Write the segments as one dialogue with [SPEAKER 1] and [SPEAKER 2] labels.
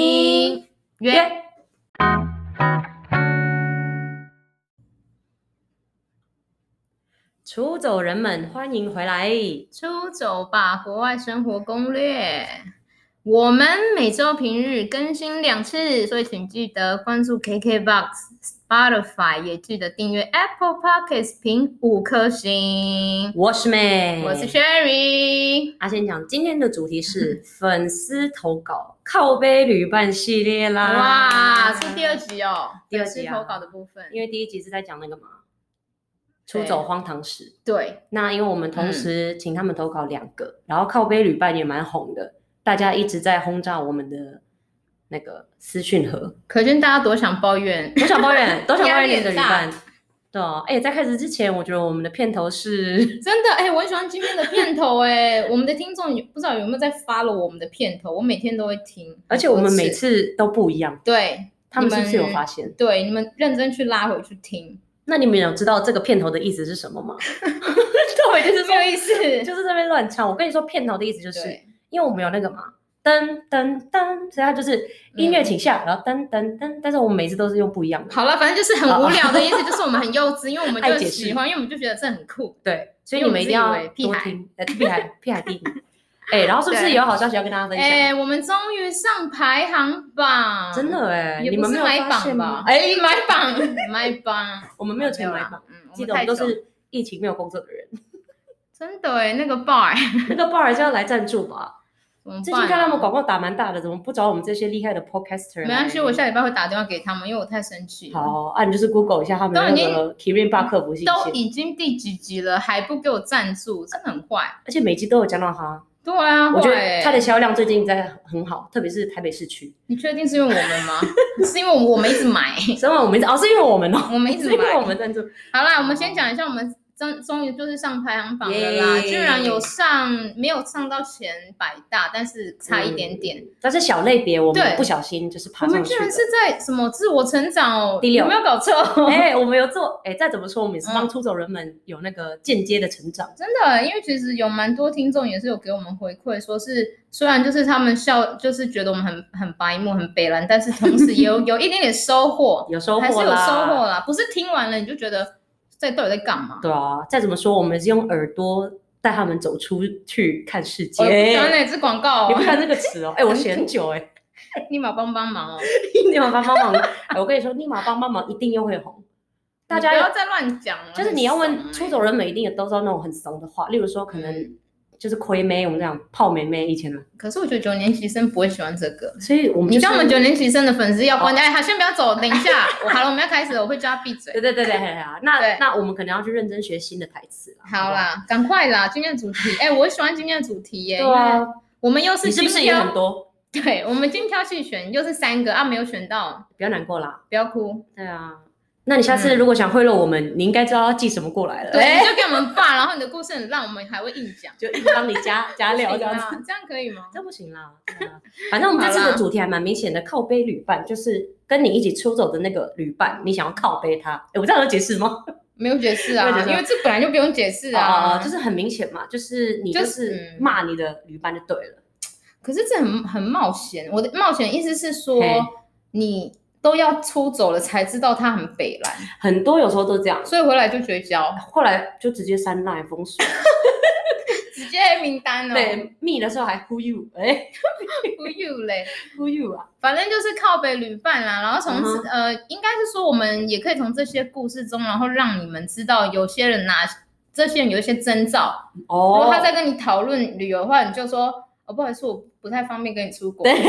[SPEAKER 1] 一约。
[SPEAKER 2] 出走人们，欢迎回来！
[SPEAKER 1] 出走吧，国外生活攻略。我们每周平日更新两次，所以请记得关注 KKBOX、Spotify，也记得订阅 Apple Podcasts，评五颗星。
[SPEAKER 2] 我是妹，
[SPEAKER 1] 我是 Sherry。
[SPEAKER 2] 阿仙讲，今天的主题 是粉丝投稿靠背旅伴系列啦！
[SPEAKER 1] 哇，是第二集哦，
[SPEAKER 2] 啊第二
[SPEAKER 1] 粉丝
[SPEAKER 2] 集啊
[SPEAKER 1] 投稿的部分。
[SPEAKER 2] 因为第一集是在讲那个嘛，出走荒唐史。
[SPEAKER 1] 对，
[SPEAKER 2] 那因为我们同时请他们投稿两个，然后靠背旅伴也蛮红的，大家一直在轰炸我们的那个私讯盒。
[SPEAKER 1] 可见大家多想抱怨。
[SPEAKER 2] 多想抱 怨，多想抱怨你的旅
[SPEAKER 1] 压力
[SPEAKER 2] 伴
[SPEAKER 1] 很。
[SPEAKER 2] 对啊，哎、在开始之前，我觉得我们的片 头是，
[SPEAKER 1] 真的哎、我很喜欢今天的片头哎、我们的听众有不知道有没有在 follow 我们的片头，我每天都会听，
[SPEAKER 2] 而且我们每次都不一样，
[SPEAKER 1] 对
[SPEAKER 2] 他们
[SPEAKER 1] 你
[SPEAKER 2] 是
[SPEAKER 1] 们
[SPEAKER 2] 不是有发现？
[SPEAKER 1] 对，你们认真去拉回去听，
[SPEAKER 2] 那你们有知道这个片头的意思是 什么吗？对，就是
[SPEAKER 1] 没有意思，
[SPEAKER 2] 就是这边乱唱。我跟你说，片头的意思就是，
[SPEAKER 1] 对，
[SPEAKER 2] 因为我们有那个嘛，噔噔噔，所以它就是音乐
[SPEAKER 1] 嗯
[SPEAKER 2] 请下，然后噔噔噔，但是我们每次都是用不一样的。
[SPEAKER 1] 好了，反正就是很无聊的意思，就是我们很幼稚，因为我们
[SPEAKER 2] 爱
[SPEAKER 1] 就
[SPEAKER 2] 解释
[SPEAKER 1] 喜欢，因为我们就觉得这很酷，
[SPEAKER 2] 对，所以
[SPEAKER 1] 因为
[SPEAKER 2] 你
[SPEAKER 1] 我
[SPEAKER 2] 们
[SPEAKER 1] 们自以为
[SPEAKER 2] 一定要
[SPEAKER 1] 屁
[SPEAKER 2] 多
[SPEAKER 1] 孩
[SPEAKER 2] 听，呃，屁孩，屁孩弟弟。哎、然后是不是
[SPEAKER 1] 对
[SPEAKER 2] 有好消息要跟大家分享？
[SPEAKER 1] 哎、我们终于上排行榜，
[SPEAKER 2] 真的哎、
[SPEAKER 1] 也
[SPEAKER 2] 你
[SPEAKER 1] 不
[SPEAKER 2] 们
[SPEAKER 1] 是
[SPEAKER 2] 没有
[SPEAKER 1] 买
[SPEAKER 2] 发现
[SPEAKER 1] 榜
[SPEAKER 2] 吗
[SPEAKER 1] 吧？？哎、买榜， 买榜，
[SPEAKER 2] 我们没有钱买
[SPEAKER 1] 啦
[SPEAKER 2] 吧？，
[SPEAKER 1] 嗯，
[SPEAKER 2] 记
[SPEAKER 1] 我们
[SPEAKER 2] 得我
[SPEAKER 1] 太
[SPEAKER 2] 们都
[SPEAKER 1] 久了
[SPEAKER 2] 是疫情没有工作的人。
[SPEAKER 1] 真的哎、那个 bar
[SPEAKER 2] 那个 bar 是要来赞助吧？
[SPEAKER 1] 怎么办啊、
[SPEAKER 2] 最近看他们广告打蛮大的，怎么不找我们这些厉害的 podcaster？
[SPEAKER 1] 没关系，我下礼拜会打电话给他们，因为我太生气了。
[SPEAKER 2] 好啊，你就是 Google 一下他们
[SPEAKER 1] 都已
[SPEAKER 2] 那
[SPEAKER 1] 经
[SPEAKER 2] 个 Kirin Bar 客服信
[SPEAKER 1] 嗯都
[SPEAKER 2] 息，
[SPEAKER 1] 已经第几集了，还不给我赞助，真的很坏。
[SPEAKER 2] 而且每集都有讲到他。
[SPEAKER 1] 对啊，
[SPEAKER 2] 我觉
[SPEAKER 1] 坏欸
[SPEAKER 2] 得他的销量最近在很好，特别是台北市区。
[SPEAKER 1] 你确定是因为我们吗？ 是因为我们一直买，
[SPEAKER 2] 所以我们一直哦，是因为我们哦，
[SPEAKER 1] 我们一
[SPEAKER 2] 是
[SPEAKER 1] 直
[SPEAKER 2] 因为我
[SPEAKER 1] 买。
[SPEAKER 2] 们赞助。
[SPEAKER 1] 好啦，我们先讲一下，我们终终于就是上排行榜了啦，
[SPEAKER 2] 耶
[SPEAKER 1] 居然有上，没有上到前百大，但是差一点点。
[SPEAKER 2] 但是小类别我们
[SPEAKER 1] 对
[SPEAKER 2] 不小心嗯就是
[SPEAKER 1] 我
[SPEAKER 2] 爬
[SPEAKER 1] 们
[SPEAKER 2] 上去
[SPEAKER 1] 居
[SPEAKER 2] 了
[SPEAKER 1] 然。是在什么自我成长哦？
[SPEAKER 2] 第六
[SPEAKER 1] 有没有搞错？
[SPEAKER 2] 哎，我们有做哎，再怎么说我们也是帮
[SPEAKER 1] 嗯
[SPEAKER 2] 出走人们有那个间接的成长。
[SPEAKER 1] 真的，因为其实有蛮多听众也是有给我们回馈，说是虽然就是他们笑，就是觉得我们很很白目、很北蓝，但是同时也 有有一点点收获，
[SPEAKER 2] 有收获啦，
[SPEAKER 1] 还是有收获啦。不是听完了你就觉得在到底在干嘛？
[SPEAKER 2] 对啊，再怎么说，我们是用耳朵带他们走出去看世界。
[SPEAKER 1] 哦我喜欢那支广告、
[SPEAKER 2] 你不
[SPEAKER 1] 哦，
[SPEAKER 2] 看这个词哦？哎、我写很久 哎、
[SPEAKER 1] 立马帮帮忙哦！
[SPEAKER 2] 立马帮帮忙！哎我跟你说，立马帮帮忙一定又会红。 大
[SPEAKER 1] 你
[SPEAKER 2] 家
[SPEAKER 1] 不
[SPEAKER 2] 要
[SPEAKER 1] 要再乱讲了，
[SPEAKER 2] 就是你要
[SPEAKER 1] 很怂
[SPEAKER 2] 问
[SPEAKER 1] 欸
[SPEAKER 2] 出走人们，一定也都知道那种很怂的话，例如说可能
[SPEAKER 1] 嗯
[SPEAKER 2] 就是亏妹，我们讲泡妹妹以前的，
[SPEAKER 1] 可是我觉得九年级生不会喜欢这个。
[SPEAKER 2] 所以我们、
[SPEAKER 1] 嗯你
[SPEAKER 2] 就是、哦
[SPEAKER 1] 知道我们九年级生的粉丝要关掉，哎，他先不要走，等一下，我好了，我们要开始了，我会叫他闭嘴
[SPEAKER 2] 对。对对对对啊，那
[SPEAKER 1] 对
[SPEAKER 2] 那我们可能要去认真学新的台词啦。
[SPEAKER 1] 好
[SPEAKER 2] 不，
[SPEAKER 1] 啦，赶快啦！今天的主 题，哎、我喜欢今天的主题耶、
[SPEAKER 2] 对啊，
[SPEAKER 1] 我们又是
[SPEAKER 2] 你是
[SPEAKER 1] 精
[SPEAKER 2] 不是也
[SPEAKER 1] 挑，
[SPEAKER 2] 很多？
[SPEAKER 1] 对，我们精挑细选，又是三个啊，没有选到，
[SPEAKER 2] 不要难过啦。
[SPEAKER 1] 不要哭，
[SPEAKER 2] 对啊，那你下次如果想贿赂我们，你应该知道要寄什么过来了。
[SPEAKER 1] 嗯对，
[SPEAKER 2] 哎
[SPEAKER 1] 你就给我们爸，然后你的故事很烂，我们还会硬 讲，
[SPEAKER 2] 就一直帮你加加料
[SPEAKER 1] 行
[SPEAKER 2] 这样子。
[SPEAKER 1] 啊，这样可以吗？
[SPEAKER 2] 这不行 啦，对啊反正我们这次的主题还蛮明显的，靠背旅伴就是跟你一起出走的那个旅伴，你想要靠背他，哎，我这样有解释吗？
[SPEAKER 1] 没有解释啊
[SPEAKER 2] 没有解，释啊
[SPEAKER 1] 因为这本来就不用解释
[SPEAKER 2] 啊、
[SPEAKER 1] 啊，
[SPEAKER 2] 就是很明显嘛，就是你
[SPEAKER 1] 就
[SPEAKER 2] 就是是
[SPEAKER 1] 嗯
[SPEAKER 2] 骂你的旅伴就嗯对了，
[SPEAKER 1] 可是这很很冒险，我的冒险意思是说
[SPEAKER 2] 嘿，
[SPEAKER 1] 你都要出走了才知道他很北蓝，
[SPEAKER 2] 很多有时候都这样，
[SPEAKER 1] 所以回来就绝交，
[SPEAKER 2] 后来就直接删 line 封 锁，
[SPEAKER 1] 直接黑名单哦，
[SPEAKER 2] 对，密的时候还 who you，哎
[SPEAKER 1] 不 you 嘞。
[SPEAKER 2] ，who you 啊，
[SPEAKER 1] 反正就是靠北旅伴啦，然后从
[SPEAKER 2] 嗯
[SPEAKER 1] 此、呃，应该是说我们也可以从这些故事中，然后让你们知道有些人哪这些人有一些征兆。如
[SPEAKER 2] 哦
[SPEAKER 1] 果，他在跟你讨论旅游的话，你就说哦，不好意思，我不太方便跟你出国，
[SPEAKER 2] 对
[SPEAKER 1] 可以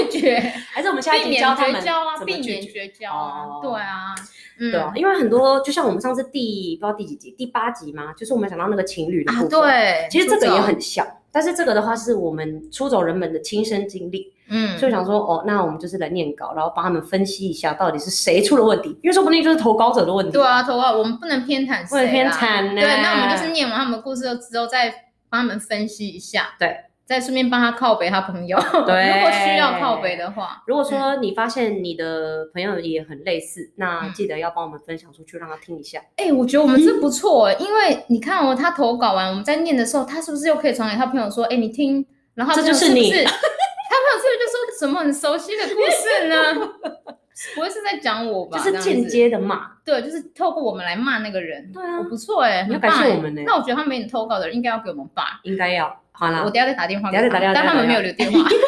[SPEAKER 1] 先拒绝，
[SPEAKER 2] 还是我们 下一
[SPEAKER 1] 避
[SPEAKER 2] 集
[SPEAKER 1] 免
[SPEAKER 2] 教他
[SPEAKER 1] 绝
[SPEAKER 2] 们
[SPEAKER 1] 交啊，
[SPEAKER 2] 怎么
[SPEAKER 1] 避
[SPEAKER 2] 拒
[SPEAKER 1] 免
[SPEAKER 2] 绝。
[SPEAKER 1] 绝交啊，
[SPEAKER 2] 哦
[SPEAKER 1] 对啊，嗯，
[SPEAKER 2] 对啊，因为很多就像我们上次第不知道第几集，第八集嘛，就是我们讲到那个情侣的部
[SPEAKER 1] 啊
[SPEAKER 2] 分，
[SPEAKER 1] 对，
[SPEAKER 2] 其实这个也
[SPEAKER 1] 出走，啊
[SPEAKER 2] 很像，但是这个的话是我们出走人们的亲身经历，
[SPEAKER 1] 嗯，
[SPEAKER 2] 所以想说哦，那我们就是来念稿，然后帮他们分析一下到底是谁出了问题，因为说不定就是投稿者的问题。
[SPEAKER 1] 对，啊，头啊，我们不能偏袒
[SPEAKER 2] 不能
[SPEAKER 1] 谁
[SPEAKER 2] 偏
[SPEAKER 1] 啦。
[SPEAKER 2] 袒啊呢。
[SPEAKER 1] 对，那我们就是念完他们的故事之后，再帮他们分析一下，
[SPEAKER 2] 对，
[SPEAKER 1] 再顺便帮他靠北他朋友，
[SPEAKER 2] 对嗯
[SPEAKER 1] 如果需要靠北的话，
[SPEAKER 2] 如果
[SPEAKER 1] 嗯
[SPEAKER 2] 说你发现你的朋友也很类似，那记得要帮我们分享出去，让他听一下。
[SPEAKER 1] 哎、我觉得我们这不错、因为你看哦，他投稿完，我们在 念的时候，他是不是又可以传给他朋友说，哎、你听，然后他朋
[SPEAKER 2] 这
[SPEAKER 1] 友
[SPEAKER 2] 就是
[SPEAKER 1] 不
[SPEAKER 2] 你
[SPEAKER 1] 是他朋友是不是就说什么很熟悉的故事呢？ 不会是在讲我吧？
[SPEAKER 2] 就
[SPEAKER 1] 这
[SPEAKER 2] 是
[SPEAKER 1] 样
[SPEAKER 2] 间
[SPEAKER 1] 子，
[SPEAKER 2] 接的骂。
[SPEAKER 1] 对，就是透过我们来骂那个人。
[SPEAKER 2] 对啊
[SPEAKER 1] 哦不错哎、
[SPEAKER 2] 你
[SPEAKER 1] 很
[SPEAKER 2] 要
[SPEAKER 1] 棒
[SPEAKER 2] 感谢
[SPEAKER 1] 哎
[SPEAKER 2] 我们呢
[SPEAKER 1] 那我觉得他们投稿的人应该要给我们吧。
[SPEAKER 2] 应该要好
[SPEAKER 1] 我
[SPEAKER 2] 啦
[SPEAKER 1] 等，一下再打电话给
[SPEAKER 2] 啊等一
[SPEAKER 1] 他
[SPEAKER 2] 下再
[SPEAKER 1] 们，
[SPEAKER 2] 打
[SPEAKER 1] 但
[SPEAKER 2] 电
[SPEAKER 1] 他
[SPEAKER 2] 话
[SPEAKER 1] 们
[SPEAKER 2] 等一
[SPEAKER 1] 没
[SPEAKER 2] 下
[SPEAKER 1] 有留电话，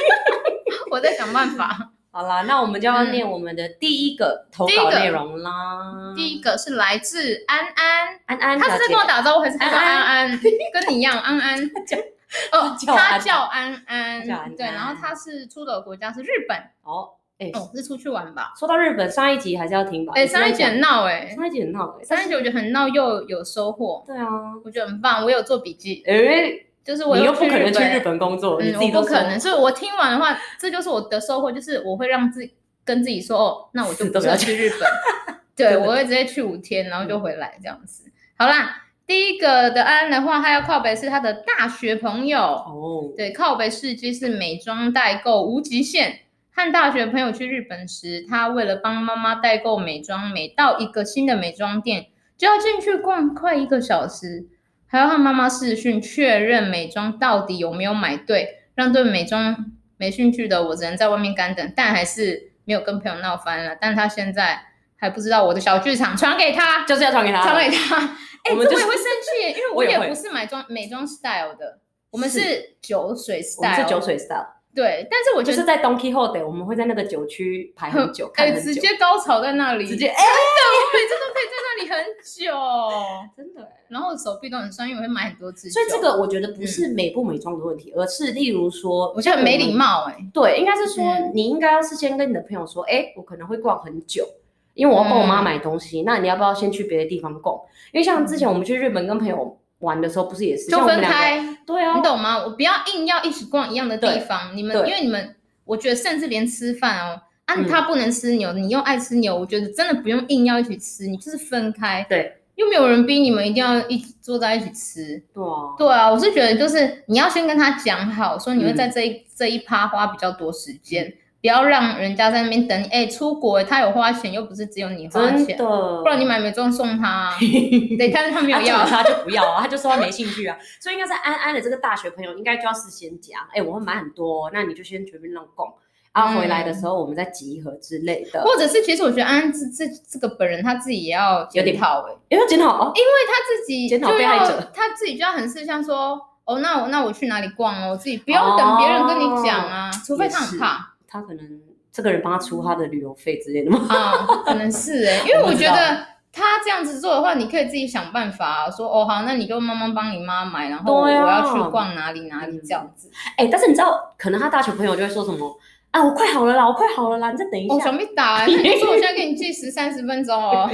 [SPEAKER 1] 我在想办法。
[SPEAKER 2] 好啦，那我们就要
[SPEAKER 1] 嗯
[SPEAKER 2] 念我们的第一个投
[SPEAKER 1] 第一
[SPEAKER 2] 稿
[SPEAKER 1] 个
[SPEAKER 2] 内容啦。
[SPEAKER 1] 第一个是来自安安，
[SPEAKER 2] 安安
[SPEAKER 1] 他
[SPEAKER 2] 小
[SPEAKER 1] 是在
[SPEAKER 2] 姐
[SPEAKER 1] 跟，我打招呼还是他叫
[SPEAKER 2] 安安
[SPEAKER 1] 安安？跟你一样，安安
[SPEAKER 2] 叫。
[SPEAKER 1] 哦，
[SPEAKER 2] 叫安
[SPEAKER 1] 他
[SPEAKER 2] 安
[SPEAKER 1] 叫安安，
[SPEAKER 2] 他叫安安
[SPEAKER 1] 对，然后他是出走的国家是日本，
[SPEAKER 2] 哦，哎，
[SPEAKER 1] 哦，是出去玩吧？
[SPEAKER 2] 说到日本，上一集还是要听吧。
[SPEAKER 1] 哎，
[SPEAKER 2] 你是在
[SPEAKER 1] 三一九
[SPEAKER 2] 讲
[SPEAKER 1] 很闹哎，
[SPEAKER 2] 三一集很闹哎，
[SPEAKER 1] 三一九我觉得很闹又有收获，
[SPEAKER 2] 对啊，
[SPEAKER 1] 我觉得很棒，我有做笔记，
[SPEAKER 2] 哎，
[SPEAKER 1] 就是我
[SPEAKER 2] 你
[SPEAKER 1] 有
[SPEAKER 2] 又不可能去
[SPEAKER 1] 本
[SPEAKER 2] 日本工作，你
[SPEAKER 1] 嗯，
[SPEAKER 2] 自己
[SPEAKER 1] 我
[SPEAKER 2] 都
[SPEAKER 1] 不可
[SPEAKER 2] 说
[SPEAKER 1] 能，所以我听完的话，这就是我的收获，就是我会让自己跟自己说，哦，那我就
[SPEAKER 2] 死 都
[SPEAKER 1] 不
[SPEAKER 2] 不要
[SPEAKER 1] 要去日本， 对
[SPEAKER 2] 真的嗯
[SPEAKER 1] 我会直接去五天，然后就回来这样子。好啦，第一个的安安的话，他要靠北是他的大学朋友，
[SPEAKER 2] 哦，
[SPEAKER 1] 对，靠北市机是美妆代购无极限。和大学朋友去日本时，他为了帮妈妈代购美妆，每到一个新的美妆店，就要进去逛快一个小时，还要和妈妈视讯确认美妆到底有没有买对，让对美妆没兴趣的我只能在外面干等，但还是没有跟朋友闹翻了。但他现在还不知道我的小剧场，传给他，
[SPEAKER 2] 就是要传给他，
[SPEAKER 1] 传给他。哎、
[SPEAKER 2] 我们
[SPEAKER 1] 这
[SPEAKER 2] 就
[SPEAKER 1] 我也
[SPEAKER 2] 是
[SPEAKER 1] 会生气耶，因为
[SPEAKER 2] 我
[SPEAKER 1] 我
[SPEAKER 2] 也
[SPEAKER 1] 也
[SPEAKER 2] 会
[SPEAKER 1] 不是买妆美妆 style 的，我们是酒水
[SPEAKER 2] 我们
[SPEAKER 1] style，
[SPEAKER 2] 是酒水 style，
[SPEAKER 1] 对，但是我觉
[SPEAKER 2] 就
[SPEAKER 1] 得
[SPEAKER 2] 是在 Donkey h o d 我们会在那个酒区排很 久，
[SPEAKER 1] 哎、
[SPEAKER 2] 看很久，
[SPEAKER 1] 直接高潮在那里，
[SPEAKER 2] 直接
[SPEAKER 1] 哎、
[SPEAKER 2] 哎，
[SPEAKER 1] 每次都可以在那里很久，
[SPEAKER 2] 真的哎。
[SPEAKER 1] 然后我手臂都很酸，因为我会买很多支酒，
[SPEAKER 2] 所以这个我觉得不是美不美妆的问题，而是例如说，
[SPEAKER 1] 嗯我觉得很没礼。貌哎、
[SPEAKER 2] 对，应该是说
[SPEAKER 1] 嗯
[SPEAKER 2] 你应该要事先跟你的朋友说，哎，我可能会逛很久。因为我要帮我妈
[SPEAKER 1] 嗯
[SPEAKER 2] 买东西，那你要不要先去别的地方逛？因为像之前我们去日本跟朋友玩的时候，不是也是
[SPEAKER 1] 就
[SPEAKER 2] 像我
[SPEAKER 1] 分
[SPEAKER 2] 们两个
[SPEAKER 1] 开，
[SPEAKER 2] 对啊
[SPEAKER 1] 你，懂吗？我不要硬要一起逛一样的地
[SPEAKER 2] 对
[SPEAKER 1] 方，你们
[SPEAKER 2] 对
[SPEAKER 1] 因为你们，我觉得甚至连吃饭哦，啊
[SPEAKER 2] 嗯
[SPEAKER 1] 他不能吃牛，你又爱吃牛，我觉得真的不用硬要一起吃，你就是分开，
[SPEAKER 2] 对，
[SPEAKER 1] 又没有人逼你们一定要一起坐在一起吃。
[SPEAKER 2] 对啊，
[SPEAKER 1] 对啊，我是觉得就是你要先跟他讲好，说你会
[SPEAKER 2] 嗯
[SPEAKER 1] 在这一、这一趴花比较多时间，不要让人家在那边等你。哎、出国他有花钱，又不是只有你花
[SPEAKER 2] 真
[SPEAKER 1] 钱，
[SPEAKER 2] 的，
[SPEAKER 1] 不然你 买美妆送他、啊，对，但是他没有
[SPEAKER 2] 他
[SPEAKER 1] 要。
[SPEAKER 2] 他就不要啊，他就说他没兴趣啊， 所以应该是安安的这个大学朋友应该就要事先讲，哎、我会买很多、哦，那你就先随便乱逛，啊，
[SPEAKER 1] 嗯
[SPEAKER 2] 回来的时候我们再集合之类的，
[SPEAKER 1] 或者是，其实我觉得安安这这这个本人他自己也要
[SPEAKER 2] 有点
[SPEAKER 1] 检讨哎、
[SPEAKER 2] 有没有检讨哦？
[SPEAKER 1] 因为他自己
[SPEAKER 2] 检讨
[SPEAKER 1] 就
[SPEAKER 2] 被
[SPEAKER 1] 要
[SPEAKER 2] 害者
[SPEAKER 1] 他自己就要很事项说，哦，那我那我去哪里逛哦，我自己不用等别人跟你讲啊，除非他很怕
[SPEAKER 2] 他可能这个人帮他出他的旅游费之类的吗？
[SPEAKER 1] 啊、可能是 哎、因为
[SPEAKER 2] 我
[SPEAKER 1] 我
[SPEAKER 2] 不知
[SPEAKER 1] 觉
[SPEAKER 2] 道
[SPEAKER 1] 得他这样子做的话，你可以自己想办法、说，哦好，那你就慢慢帮你妈买，然后我
[SPEAKER 2] 对啊
[SPEAKER 1] 要去逛哪里哪里这样子。
[SPEAKER 2] 哎、但是你知道，可能他大学朋友就会说什么啊，我快好了啦，我快好了啦，你再等一
[SPEAKER 1] 哦，
[SPEAKER 2] 下，
[SPEAKER 1] 小妹打、欸，那你说我现在给你计时三十分钟 哦，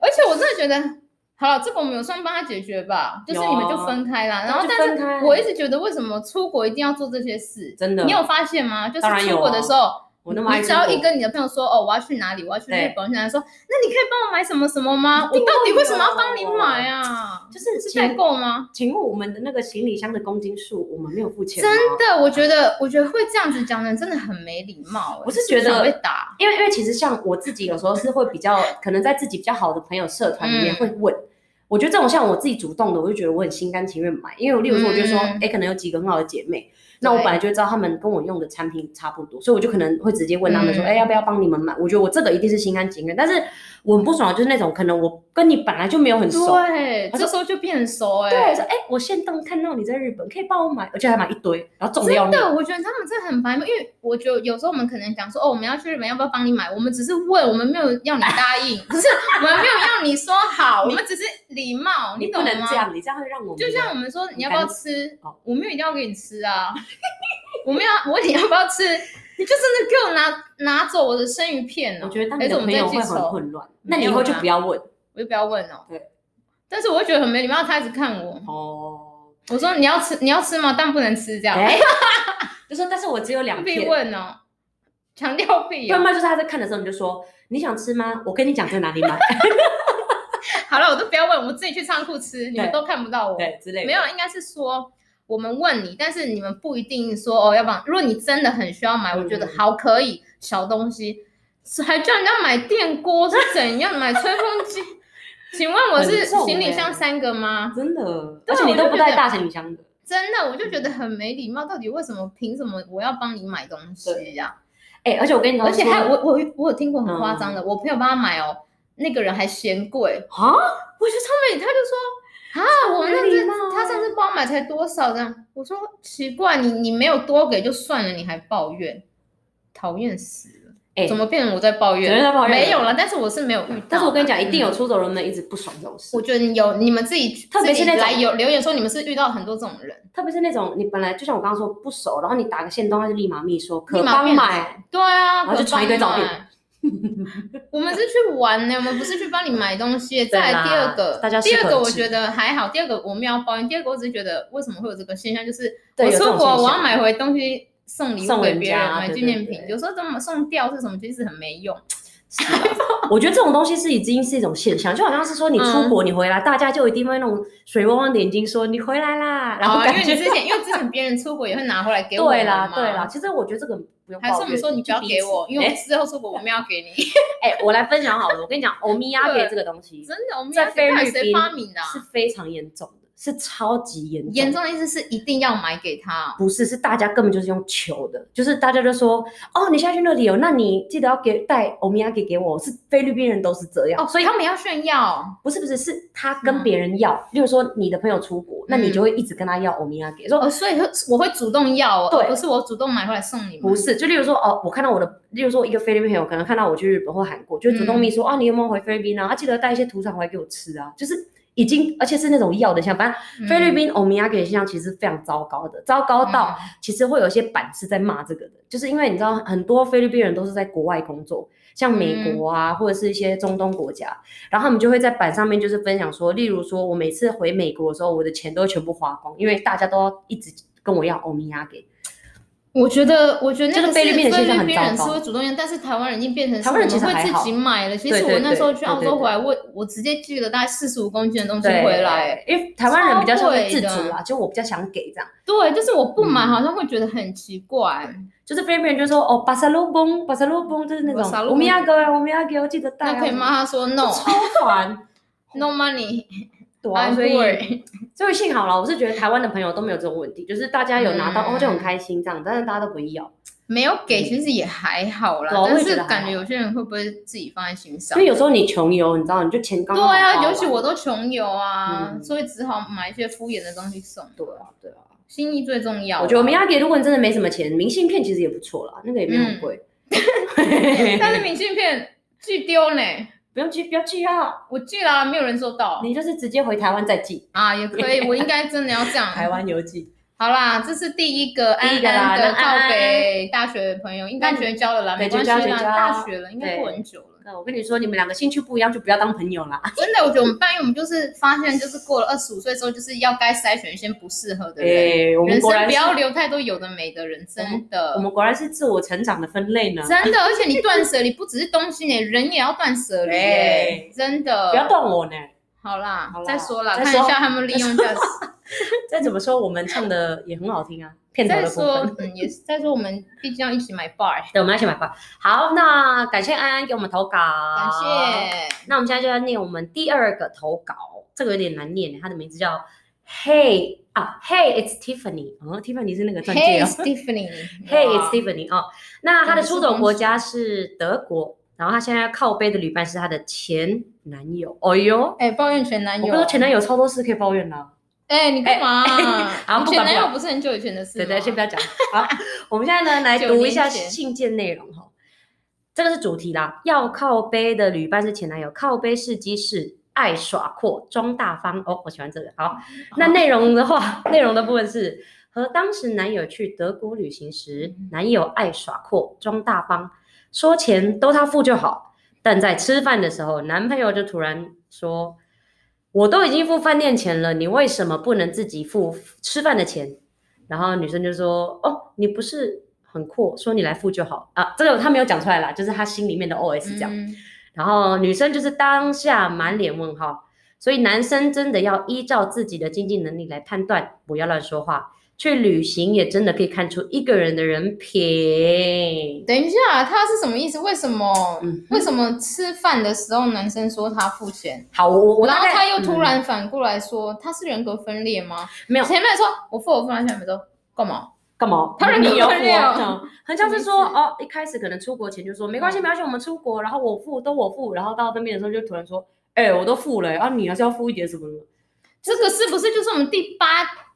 [SPEAKER 1] 而且我真的觉得。好了，这个我们有算帮他解决吧，就是
[SPEAKER 2] 有啊
[SPEAKER 1] 你们就分开啦。然后
[SPEAKER 2] 就，
[SPEAKER 1] 但
[SPEAKER 2] 分开
[SPEAKER 1] 是我一直觉得，为什么出国一定要做这些事？
[SPEAKER 2] 真的，
[SPEAKER 1] 你有发现吗？就
[SPEAKER 2] 当然
[SPEAKER 1] 是
[SPEAKER 2] 有
[SPEAKER 1] 出
[SPEAKER 2] 啊
[SPEAKER 1] 国的时候，
[SPEAKER 2] 我那么爱
[SPEAKER 1] 你只
[SPEAKER 2] 出
[SPEAKER 1] 要
[SPEAKER 2] 国
[SPEAKER 1] 一跟你的朋友说，哦，我要去哪里，我要去
[SPEAKER 2] 对
[SPEAKER 1] 日本，我现在说，那你可以帮我买什么什么吗？我到底为什么要帮你买啊？
[SPEAKER 2] 就是
[SPEAKER 1] 是
[SPEAKER 2] 请
[SPEAKER 1] 代购吗？
[SPEAKER 2] 请问我们的那个行李箱的公斤数，我们没有付钱吗？
[SPEAKER 1] 真的，我觉得，我觉得会这样子讲的人真的很没礼貌、欸
[SPEAKER 2] 我是觉得
[SPEAKER 1] 想被打，
[SPEAKER 2] 因为因为其实像我自己有时候是会比较，可能在自己比较好的朋友社团里面
[SPEAKER 1] 嗯
[SPEAKER 2] 会问。我觉得这种像我自己主动的，我就觉得我很心甘情愿买，因为我例如说，我就说，哎、
[SPEAKER 1] 嗯
[SPEAKER 2] 可能有几个很好的姐妹，那我
[SPEAKER 1] 对
[SPEAKER 2] 本来就知道她们跟我用的产品差不多，所以我就可能会直接问她们
[SPEAKER 1] 嗯
[SPEAKER 2] 说，哎、要不要帮你们买？我觉得我这个一定是心甘情愿，但是我很不爽的就是那种可能我跟你本来就没有很熟，
[SPEAKER 1] 对，
[SPEAKER 2] 他
[SPEAKER 1] 这时候就变熟哎、
[SPEAKER 2] 对，说，哎、我现动看到你在日本，可以帮我买，而且还买一堆，然后重的要
[SPEAKER 1] 真
[SPEAKER 2] 命，
[SPEAKER 1] 的，我觉得他们真的很白目，因为我觉得有时候我们可能讲说，哦，我们要去日本，要不要帮你买？我们只是问，我们没有要你答应，不是我们没有要你说 好，我们只是礼貌，
[SPEAKER 2] 你不
[SPEAKER 1] 懂
[SPEAKER 2] 能
[SPEAKER 1] 吗
[SPEAKER 2] 这？样，你这样会让我们
[SPEAKER 1] 就像我
[SPEAKER 2] 的
[SPEAKER 1] 们说，你要
[SPEAKER 2] 感
[SPEAKER 1] 不要吃
[SPEAKER 2] 哦？
[SPEAKER 1] 我没有一定要给你吃啊， 我没有要，我问你要不要吃，你就真的给我拿拿走我的生鱼片哦。
[SPEAKER 2] 我觉得当你
[SPEAKER 1] 还是
[SPEAKER 2] 的
[SPEAKER 1] 我们
[SPEAKER 2] 朋
[SPEAKER 1] 再
[SPEAKER 2] 友
[SPEAKER 1] 记
[SPEAKER 2] 会很
[SPEAKER 1] 仇
[SPEAKER 2] 混乱，那
[SPEAKER 1] 没
[SPEAKER 2] 你以
[SPEAKER 1] 有
[SPEAKER 2] 后就
[SPEAKER 1] 啦
[SPEAKER 2] 不要问。
[SPEAKER 1] 我就不要问哦。
[SPEAKER 2] 对，
[SPEAKER 1] 但是我会觉得很没礼貌，他一直看我，
[SPEAKER 2] 哦，
[SPEAKER 1] 我说你要吃你要吃吗？但不能吃这样，
[SPEAKER 2] 哎， 就说但是我只有两
[SPEAKER 1] 必
[SPEAKER 2] 片。
[SPEAKER 1] 问哦，强调必
[SPEAKER 2] 要
[SPEAKER 1] 哦。
[SPEAKER 2] 么就是他在看的时候，你就说你想吃吗？我跟你讲在哪里买，
[SPEAKER 1] 好了，我都不要问，我自己去仓库吃，你们都看不到我。
[SPEAKER 2] 对之类的。
[SPEAKER 1] 没有，应该是说我们问你，但是你们不一定说哦，要不然如果你真的很需要买，
[SPEAKER 2] 嗯
[SPEAKER 1] 我觉得好可以，小东西是还叫人家买电锅是怎样，买吹风 机？请问我是
[SPEAKER 2] 很重
[SPEAKER 1] 行李
[SPEAKER 2] 欸
[SPEAKER 1] 箱三个吗？
[SPEAKER 2] 真的，
[SPEAKER 1] 对啊
[SPEAKER 2] 而且你
[SPEAKER 1] 我就
[SPEAKER 2] 都不
[SPEAKER 1] 觉
[SPEAKER 2] 带
[SPEAKER 1] 得
[SPEAKER 2] 大行李箱的，
[SPEAKER 1] 真的，我就觉
[SPEAKER 2] 嗯
[SPEAKER 1] 得很没礼貌。到底为什么？凭什么我要帮你买东西呀、
[SPEAKER 2] 哎、而且我跟你讲，
[SPEAKER 1] 而且
[SPEAKER 2] 说嗯
[SPEAKER 1] 还我我有我有听过很夸张的，我朋友帮他买哦，那个人还嫌贵，
[SPEAKER 2] 啊，
[SPEAKER 1] 我觉得超美，他就说啊，我
[SPEAKER 2] 没
[SPEAKER 1] 那
[SPEAKER 2] 礼
[SPEAKER 1] 次
[SPEAKER 2] 貌啊
[SPEAKER 1] 他上次帮我买才多少这样，我说奇怪，你你没有多给就算了，你还抱怨，讨厌死了！
[SPEAKER 2] 哎、
[SPEAKER 1] 怎么变成我在抱
[SPEAKER 2] 怎么
[SPEAKER 1] 怨？
[SPEAKER 2] 在抱怨
[SPEAKER 1] 没有了，但是我是没有遇到啦。
[SPEAKER 2] 但是我跟你讲，一定
[SPEAKER 1] 嗯
[SPEAKER 2] 有出走人们一直不爽这种事
[SPEAKER 1] 我，觉得你有你们自己，
[SPEAKER 2] 特别是
[SPEAKER 1] 自己
[SPEAKER 2] 那种
[SPEAKER 1] 来有留言说你们是遇到很多这种人，
[SPEAKER 2] 特别是那种你本来就像我刚刚说不熟，然后你打个线动，他就立马密说可
[SPEAKER 1] 立马
[SPEAKER 2] 帮
[SPEAKER 1] 变
[SPEAKER 2] 买，
[SPEAKER 1] 对啊，
[SPEAKER 2] 然后就
[SPEAKER 1] 可
[SPEAKER 2] 传一堆照片
[SPEAKER 1] 帮你买。我们是去玩呢，我们不是去帮你买东西。再来
[SPEAKER 2] 对啦
[SPEAKER 1] 第二个，
[SPEAKER 2] 大家适
[SPEAKER 1] 第
[SPEAKER 2] 可
[SPEAKER 1] 二个我
[SPEAKER 2] 而止
[SPEAKER 1] 觉得还好，第二个我没有抱怨，第二个我只是觉得为什么会有这个现象，就是
[SPEAKER 2] 对
[SPEAKER 1] 我
[SPEAKER 2] 有这
[SPEAKER 1] 出
[SPEAKER 2] 种
[SPEAKER 1] 国
[SPEAKER 2] 现
[SPEAKER 1] 我要
[SPEAKER 2] 象
[SPEAKER 1] 买回东西送礼物
[SPEAKER 2] 送
[SPEAKER 1] 给
[SPEAKER 2] 人
[SPEAKER 1] 别人，
[SPEAKER 2] 家
[SPEAKER 1] 买
[SPEAKER 2] 对
[SPEAKER 1] 纪
[SPEAKER 2] 对
[SPEAKER 1] 念
[SPEAKER 2] 对
[SPEAKER 1] 品，有时候怎么送掉是什么，其实很没用。
[SPEAKER 2] 我觉得这种东西是已经是一种现象，就好像是说你
[SPEAKER 1] 嗯
[SPEAKER 2] 出国你回来，大家就一定会那种水汪汪的眼睛说你回来啦，然后
[SPEAKER 1] 啊因
[SPEAKER 2] 感
[SPEAKER 1] 为
[SPEAKER 2] 觉、
[SPEAKER 1] 你之 前因为之前别人出国也会拿回来给我
[SPEAKER 2] 对
[SPEAKER 1] 们
[SPEAKER 2] 啦
[SPEAKER 1] 嘛
[SPEAKER 2] 对啦。，其实我觉得这个不用抱
[SPEAKER 1] 还
[SPEAKER 2] 怨，
[SPEAKER 1] 是我们说你不要
[SPEAKER 2] 就彼
[SPEAKER 1] 给
[SPEAKER 2] 此
[SPEAKER 1] 我，因为我
[SPEAKER 2] 哎
[SPEAKER 1] 之后出国我们要给你。
[SPEAKER 2] 哎我来分享好了，我跟你讲，欧米亚
[SPEAKER 1] 对
[SPEAKER 2] 给这个东西
[SPEAKER 1] 真的，我们
[SPEAKER 2] 在
[SPEAKER 1] 要
[SPEAKER 2] 菲
[SPEAKER 1] 到底
[SPEAKER 2] 律
[SPEAKER 1] 谁
[SPEAKER 2] 宾
[SPEAKER 1] 发明的啊？
[SPEAKER 2] 是非常严重的，是超级严重的
[SPEAKER 1] 严重的意思是一定要买给他，
[SPEAKER 2] 不是，是大家根本就是用求的，就是大家就说，哦，你现在去那里哦，那你记得要给带欧米茄给给我。是菲律宾人都是这样，
[SPEAKER 1] 哦，所以嗯他们要炫耀，
[SPEAKER 2] 不是不是，是他跟别人要，例如说你的朋友出国，那你就会一直跟他要欧米茄给，说、
[SPEAKER 1] 哦，所以我会主动要哦，
[SPEAKER 2] 对
[SPEAKER 1] 而不是我主动买回来送你们，
[SPEAKER 2] 不是，就例如说哦，我看到我的，例如说一个菲律宾朋友可能看到我去日本或韩国，就会主动
[SPEAKER 1] 嗯
[SPEAKER 2] 密说、啊，你有没有回菲律宾啊？啊，记得带一些土产回来给我吃啊，就是。已经，而且是那种要的像，反
[SPEAKER 1] 嗯
[SPEAKER 2] 正菲律宾欧米亚给的现象其实非常糟糕的，糟糕到
[SPEAKER 1] 嗯
[SPEAKER 2] 其实会有一些版是在骂这个的，就是因为你知道很多菲律宾人都是在国外工作，
[SPEAKER 1] 嗯
[SPEAKER 2] 像美国啊、或者是一些中东国家，然后他们就会在版上面就是分享说，例如说我每次回美国的时候，我的钱都会全部花光，因为大家都要一直跟我要欧米亚给。
[SPEAKER 1] 我觉得，我觉得那
[SPEAKER 2] 这
[SPEAKER 1] 个
[SPEAKER 2] 个菲律宾的
[SPEAKER 1] 是
[SPEAKER 2] 现象
[SPEAKER 1] 菲
[SPEAKER 2] 很
[SPEAKER 1] 律宾人是
[SPEAKER 2] 糟糕
[SPEAKER 1] 会主动要，但是台湾人已经变成是
[SPEAKER 2] 台湾人
[SPEAKER 1] 我们
[SPEAKER 2] 其实还
[SPEAKER 1] 会自
[SPEAKER 2] 好
[SPEAKER 1] 己买了。其实
[SPEAKER 2] 对
[SPEAKER 1] 我
[SPEAKER 2] 对
[SPEAKER 1] 那
[SPEAKER 2] 对
[SPEAKER 1] 时候去澳
[SPEAKER 2] 对对
[SPEAKER 1] 洲
[SPEAKER 2] 对
[SPEAKER 1] 回来，我我直接寄了大概四十五公斤的东西回来。，
[SPEAKER 2] 因为台湾人比较像是自
[SPEAKER 1] 超
[SPEAKER 2] 主
[SPEAKER 1] 贵
[SPEAKER 2] 啦，就我比较想给这样。
[SPEAKER 1] 对，就是我不买
[SPEAKER 2] 嗯
[SPEAKER 1] 好像会觉得很奇怪。
[SPEAKER 2] 就是菲律宾人就说哦，巴萨罗崩，巴萨罗崩，就是那
[SPEAKER 1] 巴萨
[SPEAKER 2] 种
[SPEAKER 1] 罗
[SPEAKER 2] 欧
[SPEAKER 1] 崩
[SPEAKER 2] 米亚给我，欧米亚给我，记得带啊。
[SPEAKER 1] 那可以
[SPEAKER 2] 什么
[SPEAKER 1] 骂他说 no
[SPEAKER 2] 超 烦，
[SPEAKER 1] no money，
[SPEAKER 2] 对啊，
[SPEAKER 1] I'm
[SPEAKER 2] 所以
[SPEAKER 1] poor。
[SPEAKER 2] 所以幸好啦，我是觉得台湾的朋友都没有这种问题，就是大家有拿到、
[SPEAKER 1] 嗯
[SPEAKER 2] 哦就很开心这样，但是大家都不会要，
[SPEAKER 1] 没有给其实也还好啦，
[SPEAKER 2] 嗯对啊我也
[SPEAKER 1] 但
[SPEAKER 2] 觉
[SPEAKER 1] 是
[SPEAKER 2] 得还
[SPEAKER 1] 感觉
[SPEAKER 2] 好
[SPEAKER 1] 有些人会不会自己放在心上
[SPEAKER 2] 因为？有时候你穷游，你知道你就钱刚
[SPEAKER 1] 啊对
[SPEAKER 2] 刚好花
[SPEAKER 1] 啊，
[SPEAKER 2] 完
[SPEAKER 1] 尤其我都穷游啊，
[SPEAKER 2] 嗯
[SPEAKER 1] 所以只好买一些敷衍的东西送。
[SPEAKER 2] 对啊对啊，
[SPEAKER 1] 心意最重要啊。
[SPEAKER 2] 我觉得我们要给，如果你真的没什么钱，明信片其实也不错啦，那个也没有
[SPEAKER 1] 嗯
[SPEAKER 2] 很贵，
[SPEAKER 1] 但是明信片寄丢呢，
[SPEAKER 2] 不用寄不要寄啊，
[SPEAKER 1] 我寄了、没有人收到
[SPEAKER 2] 你就是直接回台湾再寄，
[SPEAKER 1] 啊，也可以，我应该真的要这样。
[SPEAKER 2] 台湾邮寄。
[SPEAKER 1] 好啦，这是第一个
[SPEAKER 2] 第
[SPEAKER 1] 安
[SPEAKER 2] 一个啦
[SPEAKER 1] 安的
[SPEAKER 2] 那安
[SPEAKER 1] 告
[SPEAKER 2] 安
[SPEAKER 1] 给大学的朋友，应该
[SPEAKER 2] 那
[SPEAKER 1] 绝交了啦，
[SPEAKER 2] 对
[SPEAKER 1] 没关系
[SPEAKER 2] 绝
[SPEAKER 1] 啦，
[SPEAKER 2] 交绝交
[SPEAKER 1] 大学了，应该
[SPEAKER 2] 对
[SPEAKER 1] 过很久了。
[SPEAKER 2] 那我跟你说，你们两个兴趣不一样，就不要当朋友啦。
[SPEAKER 1] 真的，我觉得我们半夜我们就是发现，就是过了二十五岁之后，就是要该筛选一些不适合的人。
[SPEAKER 2] 哎，我们
[SPEAKER 1] 人
[SPEAKER 2] 果
[SPEAKER 1] 生
[SPEAKER 2] 然
[SPEAKER 1] 不
[SPEAKER 2] 是
[SPEAKER 1] 要留太多有的没的人，真的
[SPEAKER 2] 我。们果然是自我成长的分类呢。
[SPEAKER 1] 真的，而且你断舍离不只是东西呢，人也要断舍离耶，真的。
[SPEAKER 2] 不要断我呢，
[SPEAKER 1] 好啦，
[SPEAKER 2] 好啦
[SPEAKER 1] 再说啦，
[SPEAKER 2] 再
[SPEAKER 1] 看
[SPEAKER 2] 说
[SPEAKER 1] 一下他们利用价值。
[SPEAKER 2] 再怎么说，我们唱的也很好听啊，片头
[SPEAKER 1] 再
[SPEAKER 2] 的部分
[SPEAKER 1] 说。，嗯，也是再说，我们毕竟要一起买 bar，
[SPEAKER 2] 对，我们要先买报。好，那感谢安安给我们投稿，
[SPEAKER 1] 感。谢。
[SPEAKER 2] 那我们现在就要念我们第二个投稿，这个有点难念，它的名字叫 Hey 啊，Hey，it's Tiffany。哦，Tiffany 是那个钻戒
[SPEAKER 1] Hey
[SPEAKER 2] 哦。
[SPEAKER 1] Stephanie，
[SPEAKER 2] Hey，it's
[SPEAKER 1] 哇
[SPEAKER 2] Tiffany 哦。那他
[SPEAKER 1] 真
[SPEAKER 2] 的
[SPEAKER 1] 的是
[SPEAKER 2] 出
[SPEAKER 1] 公
[SPEAKER 2] 走
[SPEAKER 1] 主
[SPEAKER 2] 国家是德国，然后他现在靠背的旅伴是他的前男友。哦哟，
[SPEAKER 1] 哎，抱怨前男
[SPEAKER 2] 我
[SPEAKER 1] 友，
[SPEAKER 2] 跟说前男友超多事可以抱怨啦、
[SPEAKER 1] 哎，你干嘛？
[SPEAKER 2] 好
[SPEAKER 1] 你
[SPEAKER 2] 不
[SPEAKER 1] 前男
[SPEAKER 2] 管不
[SPEAKER 1] 友
[SPEAKER 2] 管
[SPEAKER 1] 不是很久以前的事
[SPEAKER 2] 对
[SPEAKER 1] 吗？
[SPEAKER 2] 对，先不要讲。好， 我们现在呢来
[SPEAKER 1] 九
[SPEAKER 2] 读
[SPEAKER 1] 年
[SPEAKER 2] 一下
[SPEAKER 1] 前
[SPEAKER 2] 信件内容哈。这个是主题啦，要靠背的旅伴是前男友，靠背是机是爱耍阔装大方哦，我喜欢这个。好，
[SPEAKER 1] 嗯
[SPEAKER 2] 那内容的话， 内容的部分是和当时男友去德国旅行时，
[SPEAKER 1] 嗯
[SPEAKER 2] 男友爱耍阔装大方，说钱都他付就好，但在吃饭的时候，男朋友就突然说。我都已经付饭店钱了，你为什么不能自己付吃饭的钱？然后女生就说：“哦，你不是很阔，说你来付就好啊。”这个她没有讲出来啦，就是她心里面的 OS 这样。
[SPEAKER 1] 嗯
[SPEAKER 2] 然后女生就是当下满脸问号，所以男生真的要依照自己的经济能力来判断，不要乱说话。去旅行也真的可以看出一个人的人品。
[SPEAKER 1] 等一下，他是什么意思？为什么？
[SPEAKER 2] 嗯
[SPEAKER 1] 为什么吃饭的时候男生说他付钱，
[SPEAKER 2] 好，我我我
[SPEAKER 1] 然
[SPEAKER 2] 大
[SPEAKER 1] 后
[SPEAKER 2] 概
[SPEAKER 1] 他又突
[SPEAKER 2] 嗯
[SPEAKER 1] 然反过来说、他是人格分裂吗？
[SPEAKER 2] 没有
[SPEAKER 1] 前面说我付我付，然后下面说干嘛？
[SPEAKER 2] 干嘛？
[SPEAKER 1] 他人格
[SPEAKER 2] 你有我
[SPEAKER 1] 分裂哦
[SPEAKER 2] 嗯很像是
[SPEAKER 1] 什
[SPEAKER 2] 说
[SPEAKER 1] 么意思
[SPEAKER 2] 哦，一开始可能出国前就说没关系，没关系，我们出国，然后我付，都我付，然后到那边的时候就突然说，哎、我都付了、啊，你还是要付一点什么的。
[SPEAKER 1] 这个是不是就是我们第八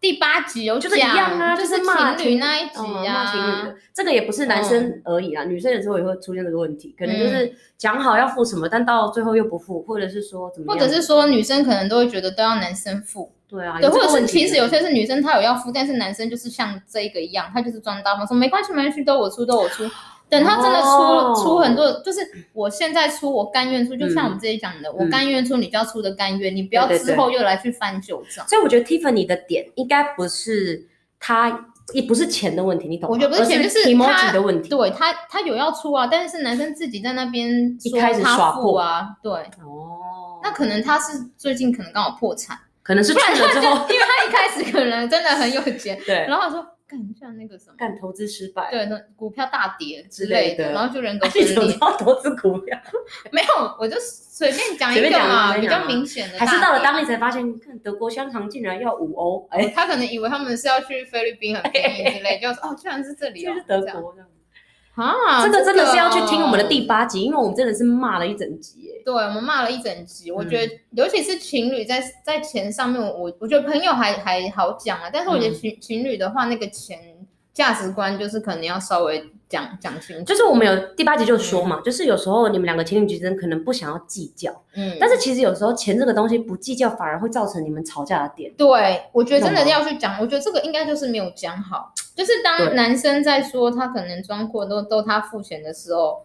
[SPEAKER 1] 第八集有
[SPEAKER 2] 就
[SPEAKER 1] 讲，
[SPEAKER 2] 是一样啊，
[SPEAKER 1] 就是
[SPEAKER 2] 骂
[SPEAKER 1] 情侣那一集
[SPEAKER 2] 嗯
[SPEAKER 1] 啊
[SPEAKER 2] 骂，情侣的，这个也不是男生而已啊，
[SPEAKER 1] 嗯
[SPEAKER 2] 女生有时候也会出现这个问题，可能就是讲好要付什么，但到最后又不付，或者是说怎么
[SPEAKER 1] 或
[SPEAKER 2] 样，
[SPEAKER 1] 者是说女生可能都会觉得都要男生付，
[SPEAKER 2] 对啊，
[SPEAKER 1] 对，
[SPEAKER 2] 有这
[SPEAKER 1] 或
[SPEAKER 2] 个
[SPEAKER 1] 者是
[SPEAKER 2] 问题
[SPEAKER 1] 其实有些是女生她有要付，但是男生就是像这一个一样，他就是装大方说没关系没关系，都我出都我出。等他真的出、
[SPEAKER 2] 哦
[SPEAKER 1] 出很多，就是我现在出，我甘愿出，就像
[SPEAKER 2] 嗯
[SPEAKER 1] 我们之前讲的，
[SPEAKER 2] 嗯
[SPEAKER 1] 我甘愿出，你就要出的甘愿，你不要
[SPEAKER 2] 对对对
[SPEAKER 1] 之后又来去翻旧账。
[SPEAKER 2] 所以我觉得 Tiffany 的点应该不是他，也不是钱的问题，你懂吗？
[SPEAKER 1] 我觉得不是钱
[SPEAKER 2] 而
[SPEAKER 1] 就是
[SPEAKER 2] emoji
[SPEAKER 1] 他
[SPEAKER 2] 的问题。
[SPEAKER 1] 对他，他有要出啊，但是男生自己在那边
[SPEAKER 2] 一
[SPEAKER 1] 说
[SPEAKER 2] 开始
[SPEAKER 1] 他
[SPEAKER 2] 耍
[SPEAKER 1] 付
[SPEAKER 2] 破
[SPEAKER 1] 啊，对，
[SPEAKER 2] 哦，
[SPEAKER 1] 那可能他是最近可能刚好破产，
[SPEAKER 2] 可能是去了之后，
[SPEAKER 1] 因为他一开始可能真的很有钱，
[SPEAKER 2] 对，
[SPEAKER 1] 然后他说干像那个什么，
[SPEAKER 2] 干投资失败，
[SPEAKER 1] 对，那股票大跌
[SPEAKER 2] 之
[SPEAKER 1] 之
[SPEAKER 2] 类
[SPEAKER 1] 类
[SPEAKER 2] 的
[SPEAKER 1] 的，然后就人格分
[SPEAKER 2] 你怎么
[SPEAKER 1] 裂
[SPEAKER 2] 知。道投资股票？
[SPEAKER 1] 没有，我就随便讲一
[SPEAKER 2] 随
[SPEAKER 1] 个
[SPEAKER 2] 便讲
[SPEAKER 1] 嘛，
[SPEAKER 2] 随
[SPEAKER 1] 比
[SPEAKER 2] 便讲啊
[SPEAKER 1] 较明显的大
[SPEAKER 2] 还
[SPEAKER 1] 跌。啊
[SPEAKER 2] 是到了当地才发现，看德国香肠竟然要五欧，哎，
[SPEAKER 1] 他可能以为他们是要去菲律宾很便宜之类，就说哦，居然是这里
[SPEAKER 2] 就
[SPEAKER 1] 哦
[SPEAKER 2] 是，德
[SPEAKER 1] 这样
[SPEAKER 2] 国这样。
[SPEAKER 1] 啊，
[SPEAKER 2] 这个真的是要去
[SPEAKER 1] 哦
[SPEAKER 2] 听我们的第。八集，因为我们真的是骂了一整集哎耶。
[SPEAKER 1] 对，我们骂了一整集，我觉
[SPEAKER 2] 嗯
[SPEAKER 1] 得，尤其是情侣在在钱上面，我我觉得朋友还还好讲啊，但是我觉得
[SPEAKER 2] 嗯
[SPEAKER 1] 情情侣的话，那个钱价值观就是可能要稍微讲讲清楚。
[SPEAKER 2] 就是我们有第八集就说嘛，就是有时候你们两个情侣之间可能不想要计较，
[SPEAKER 1] 嗯，
[SPEAKER 2] 但是其实有时候钱这个东西不计较反而会造成你们吵架的点。
[SPEAKER 1] 对，我觉得真的
[SPEAKER 2] 懂
[SPEAKER 1] 要去讲，我觉得这个应该就是没有讲好，就是
[SPEAKER 2] 对
[SPEAKER 1] 当男生在说他可能装阔都都他付钱的时候，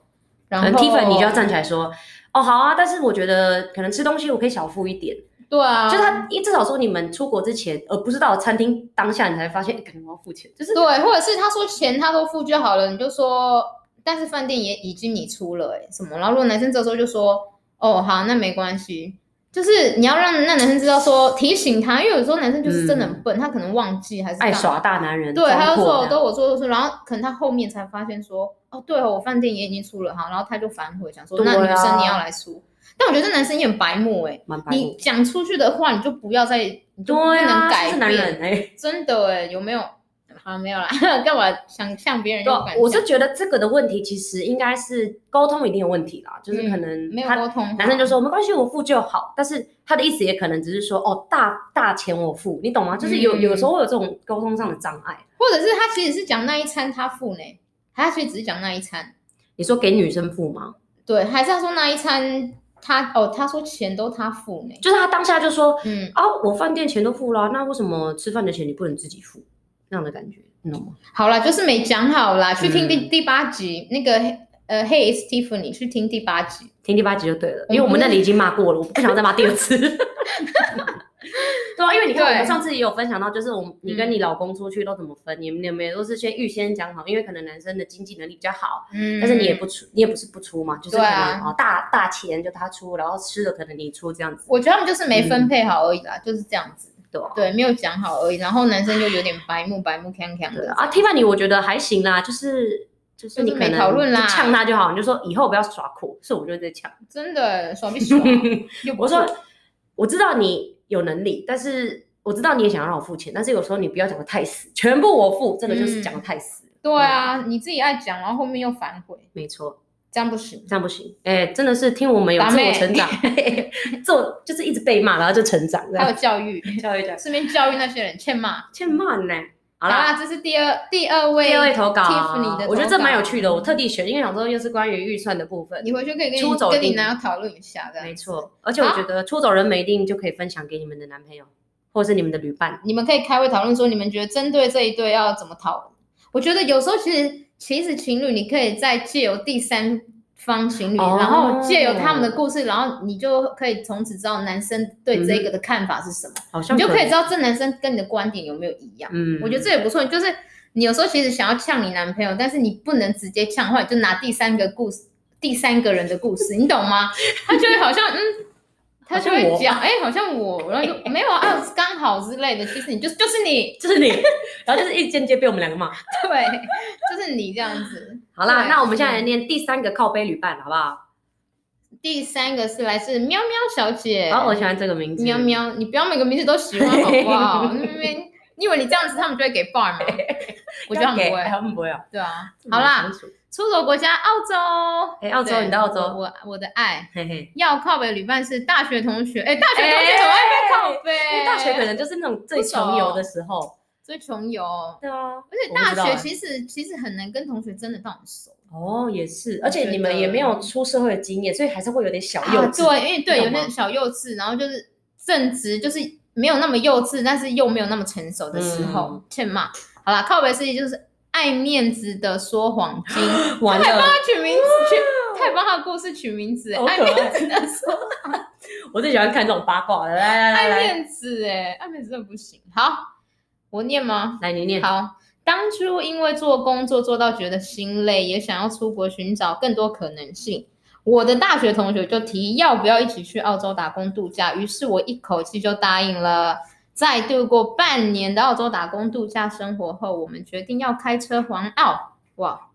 [SPEAKER 1] 然
[SPEAKER 2] 可能
[SPEAKER 1] 后
[SPEAKER 2] Tiffany 你就要站起来说，哦好啊，但是我觉得可能吃东西我可以小付一点，
[SPEAKER 1] 对啊，
[SPEAKER 2] 就他一至少说你们出国之前，而不是到了餐厅当下你才发现，哎可能我要付钱，就是
[SPEAKER 1] 对，或者是他说钱他都付就好了，你就说，但是饭店也已经你出了、欸，什么？然后如果男生这时候就说，哦，好，那没关系。就是你要让那男生知道说提醒他，因为有时候男生就是真的很笨，他可能忘记还是
[SPEAKER 2] 嗯爱
[SPEAKER 1] 干嘛
[SPEAKER 2] 耍大男人，
[SPEAKER 1] 对，他
[SPEAKER 2] 装
[SPEAKER 1] 就
[SPEAKER 2] 阔
[SPEAKER 1] 说
[SPEAKER 2] 这样
[SPEAKER 1] 都我做都做，然后可能他后面才发现说，哦，对哦，我饭店也已经出了哈，然后他就反悔，想说、
[SPEAKER 2] 对啊
[SPEAKER 1] 那女生你要来出，但我觉得这男生也很白目哎、
[SPEAKER 2] 蛮白
[SPEAKER 1] 你
[SPEAKER 2] 目，
[SPEAKER 1] 讲出去的话，你就不要再，你就不
[SPEAKER 2] 对
[SPEAKER 1] 能
[SPEAKER 2] 啊，
[SPEAKER 1] 改
[SPEAKER 2] 是
[SPEAKER 1] 变，
[SPEAKER 2] 男人哎。
[SPEAKER 1] 真的哎、有没有？好、啊，没有啦， 干嘛想像别人就
[SPEAKER 2] 对啊
[SPEAKER 1] 敢，
[SPEAKER 2] 我
[SPEAKER 1] 讲
[SPEAKER 2] 是觉得这个的问题其实应该是沟通一定有问题啦，就是可能
[SPEAKER 1] 嗯没有
[SPEAKER 2] 他
[SPEAKER 1] 沟通好，
[SPEAKER 2] 男生就说没关系，我付就好，但是他的意思也可能只是说哦大大钱我付，你懂吗？就是有、
[SPEAKER 1] 嗯
[SPEAKER 2] 有时候会有这种沟通上的障碍。
[SPEAKER 1] 或者是他其实是讲那一餐他付呢，他其实只是讲那一餐，
[SPEAKER 2] 你说给女生付吗？
[SPEAKER 1] 对，还是他说那一餐他哦，他说钱都他付呢，
[SPEAKER 2] 就是他当下就说
[SPEAKER 1] 嗯。
[SPEAKER 2] 啊我饭店钱都付了啊，那为什么吃饭的钱你不能自己付？那样的感觉，你懂吗？
[SPEAKER 1] 好啦，就是没讲好啦，去听第、
[SPEAKER 2] 嗯
[SPEAKER 1] 第八集那个黑呃，Hey it's Tiffany，去听第八集。
[SPEAKER 2] 听第八集就对了，
[SPEAKER 1] 嗯
[SPEAKER 2] 因为我们那里已经骂过了，我不想再骂第二次。 对啊，因为你看，
[SPEAKER 1] 对嗯
[SPEAKER 2] 我们上次也有分享到，就是我们你跟你老公出去都怎么分，你们你们也都是先预先讲好，因为可能男生的经济能力比较好，
[SPEAKER 1] 嗯
[SPEAKER 2] 但是你也不，出，你也不是不出嘛，就是可能
[SPEAKER 1] 对啊
[SPEAKER 2] 哦大大钱就他出，然后吃的可能你出这样子，
[SPEAKER 1] 我觉得他们就是没分配好而已啦，就是这样子，
[SPEAKER 2] 对啊吧？
[SPEAKER 1] 对，没有讲好而已。然后男生就有点白目白目锵锵
[SPEAKER 2] 对
[SPEAKER 1] 的，
[SPEAKER 2] 啊，Tiffany 我觉得还行啦，就是。就是你
[SPEAKER 1] 就是
[SPEAKER 2] 可
[SPEAKER 1] 没
[SPEAKER 2] 能
[SPEAKER 1] 讨论啦
[SPEAKER 2] 就呛他就好，你就说以后不要耍酷，是我就在呛。
[SPEAKER 1] 真的爽不 爽？又不
[SPEAKER 2] 我说我知道你有能力，但是我知道你也想让我付钱，但是有时候你不要讲的太死，全部我付，这个就是
[SPEAKER 1] 嗯
[SPEAKER 2] 讲的太死，
[SPEAKER 1] 对啊，你自己爱讲，然后后面又反悔，
[SPEAKER 2] 没错，
[SPEAKER 1] 这样不 行。
[SPEAKER 2] 这样不行。哎，真的是听我们有自我 成长，做就是一直被骂，然后就成长，这
[SPEAKER 1] 还有
[SPEAKER 2] 样
[SPEAKER 1] 教育，
[SPEAKER 2] 教育讲
[SPEAKER 1] 顺便教育那些人欠骂。
[SPEAKER 2] 欠骂呢。好
[SPEAKER 1] 好
[SPEAKER 2] 啦，
[SPEAKER 1] 啦，这是第二第二位
[SPEAKER 2] 第二位投稿
[SPEAKER 1] 啊
[SPEAKER 2] 啊
[SPEAKER 1] Tiffany 的，
[SPEAKER 2] 我觉得这蛮有趣的，我特地选，因为想说又是关于预算的部分。
[SPEAKER 1] 你回去可以跟
[SPEAKER 2] 出走
[SPEAKER 1] 你跟
[SPEAKER 2] 定
[SPEAKER 1] 你
[SPEAKER 2] 义
[SPEAKER 1] 男友讨论一下，这样
[SPEAKER 2] 没错，而且我
[SPEAKER 1] 好
[SPEAKER 2] 觉得出走人没一定就可以分享给你们的男朋友，或者是你们的旅伴。
[SPEAKER 1] 你们可以开会讨论说，你们觉得针对这一对要怎么讨？我觉得有时候其实其实情侣，你可以再借由第三方情侣，
[SPEAKER 2] 哦
[SPEAKER 1] 然后借由他们的故事，然后你就可以从此知道男生对这个的看法是什么，
[SPEAKER 2] 好像
[SPEAKER 1] 你就可以知
[SPEAKER 2] 道，
[SPEAKER 1] 道这男生跟你的观点有没有一样。
[SPEAKER 2] 嗯，
[SPEAKER 1] 我觉得这也不错，就是你有时候其实想要呛你男朋友，但是你不能直接呛坏，或者就拿第三个故事、第三个人的故事，你懂吗？他就会好像嗯，他就会讲，哎、好像我，然后就没有啊，啊刚好之类的。其实你就是就是你，
[SPEAKER 2] 就是你， 然后就是一间接被我们两个骂。
[SPEAKER 1] 对，就是你这样子。
[SPEAKER 2] 好啦，
[SPEAKER 1] 对嗯
[SPEAKER 2] 那我们现在来念第三个靠背旅伴，好不好？
[SPEAKER 1] 第三个是来自喵喵小姐，
[SPEAKER 2] 好，哦我喜欢这个名字。
[SPEAKER 1] 喵喵，你不要每个名字都喜欢好不 好？那边你以为你这样子他们就会给 bar 吗？我觉得他们
[SPEAKER 2] 给
[SPEAKER 1] 不会，
[SPEAKER 2] 他们不会啊。
[SPEAKER 1] 对啊。好啦，，出走国家澳洲，
[SPEAKER 2] 哎，澳洲，
[SPEAKER 1] 对
[SPEAKER 2] 你到澳
[SPEAKER 1] 我
[SPEAKER 2] 洲，
[SPEAKER 1] 我我的爱
[SPEAKER 2] 嘿嘿。
[SPEAKER 1] 要靠北旅伴是大学同学，哎，大学同学怎么会被靠
[SPEAKER 2] 哎因
[SPEAKER 1] 北？
[SPEAKER 2] 为大学可能就是那种最穷游的时候。
[SPEAKER 1] 最穷游，而
[SPEAKER 2] 对啊，而
[SPEAKER 1] 且大学其实其实很难跟同学真的到很熟。
[SPEAKER 2] 哦也是，
[SPEAKER 1] 我
[SPEAKER 2] 而且
[SPEAKER 1] 觉
[SPEAKER 2] 你们也
[SPEAKER 1] 得
[SPEAKER 2] 没有出社会的经验，所以还是会有点小幼
[SPEAKER 1] 啊，
[SPEAKER 2] 稚。
[SPEAKER 1] 对，因为对
[SPEAKER 2] 你
[SPEAKER 1] 有
[SPEAKER 2] 懂吗
[SPEAKER 1] 那小幼稚，然后就是正直，就是没有那么幼稚，但是又没有那么成熟的时候
[SPEAKER 2] 嗯，
[SPEAKER 1] 欠骂。好啦，靠北司机就是爱面子的说谎 精，
[SPEAKER 2] 完
[SPEAKER 1] 帮
[SPEAKER 2] 了，
[SPEAKER 1] 他取名字取，他也帮他的故事取名字，
[SPEAKER 2] 好
[SPEAKER 1] 爱
[SPEAKER 2] 可
[SPEAKER 1] 面
[SPEAKER 2] 爱！
[SPEAKER 1] 子哎的说
[SPEAKER 2] 我最喜欢看这种八卦的，来来来
[SPEAKER 1] 爱
[SPEAKER 2] 来，
[SPEAKER 1] 面子，哎，爱面子真的不行。好，我念吗？
[SPEAKER 2] 来你念。
[SPEAKER 1] 好，当初因为做工作做到觉得心累，也想要出国寻找更多可能性。我的大学同学就提议要不要一起去澳洲打工度假，于是我一口气就答应了。在度过半年的澳洲打工度假生活后，我们决定要开车环澳。哇，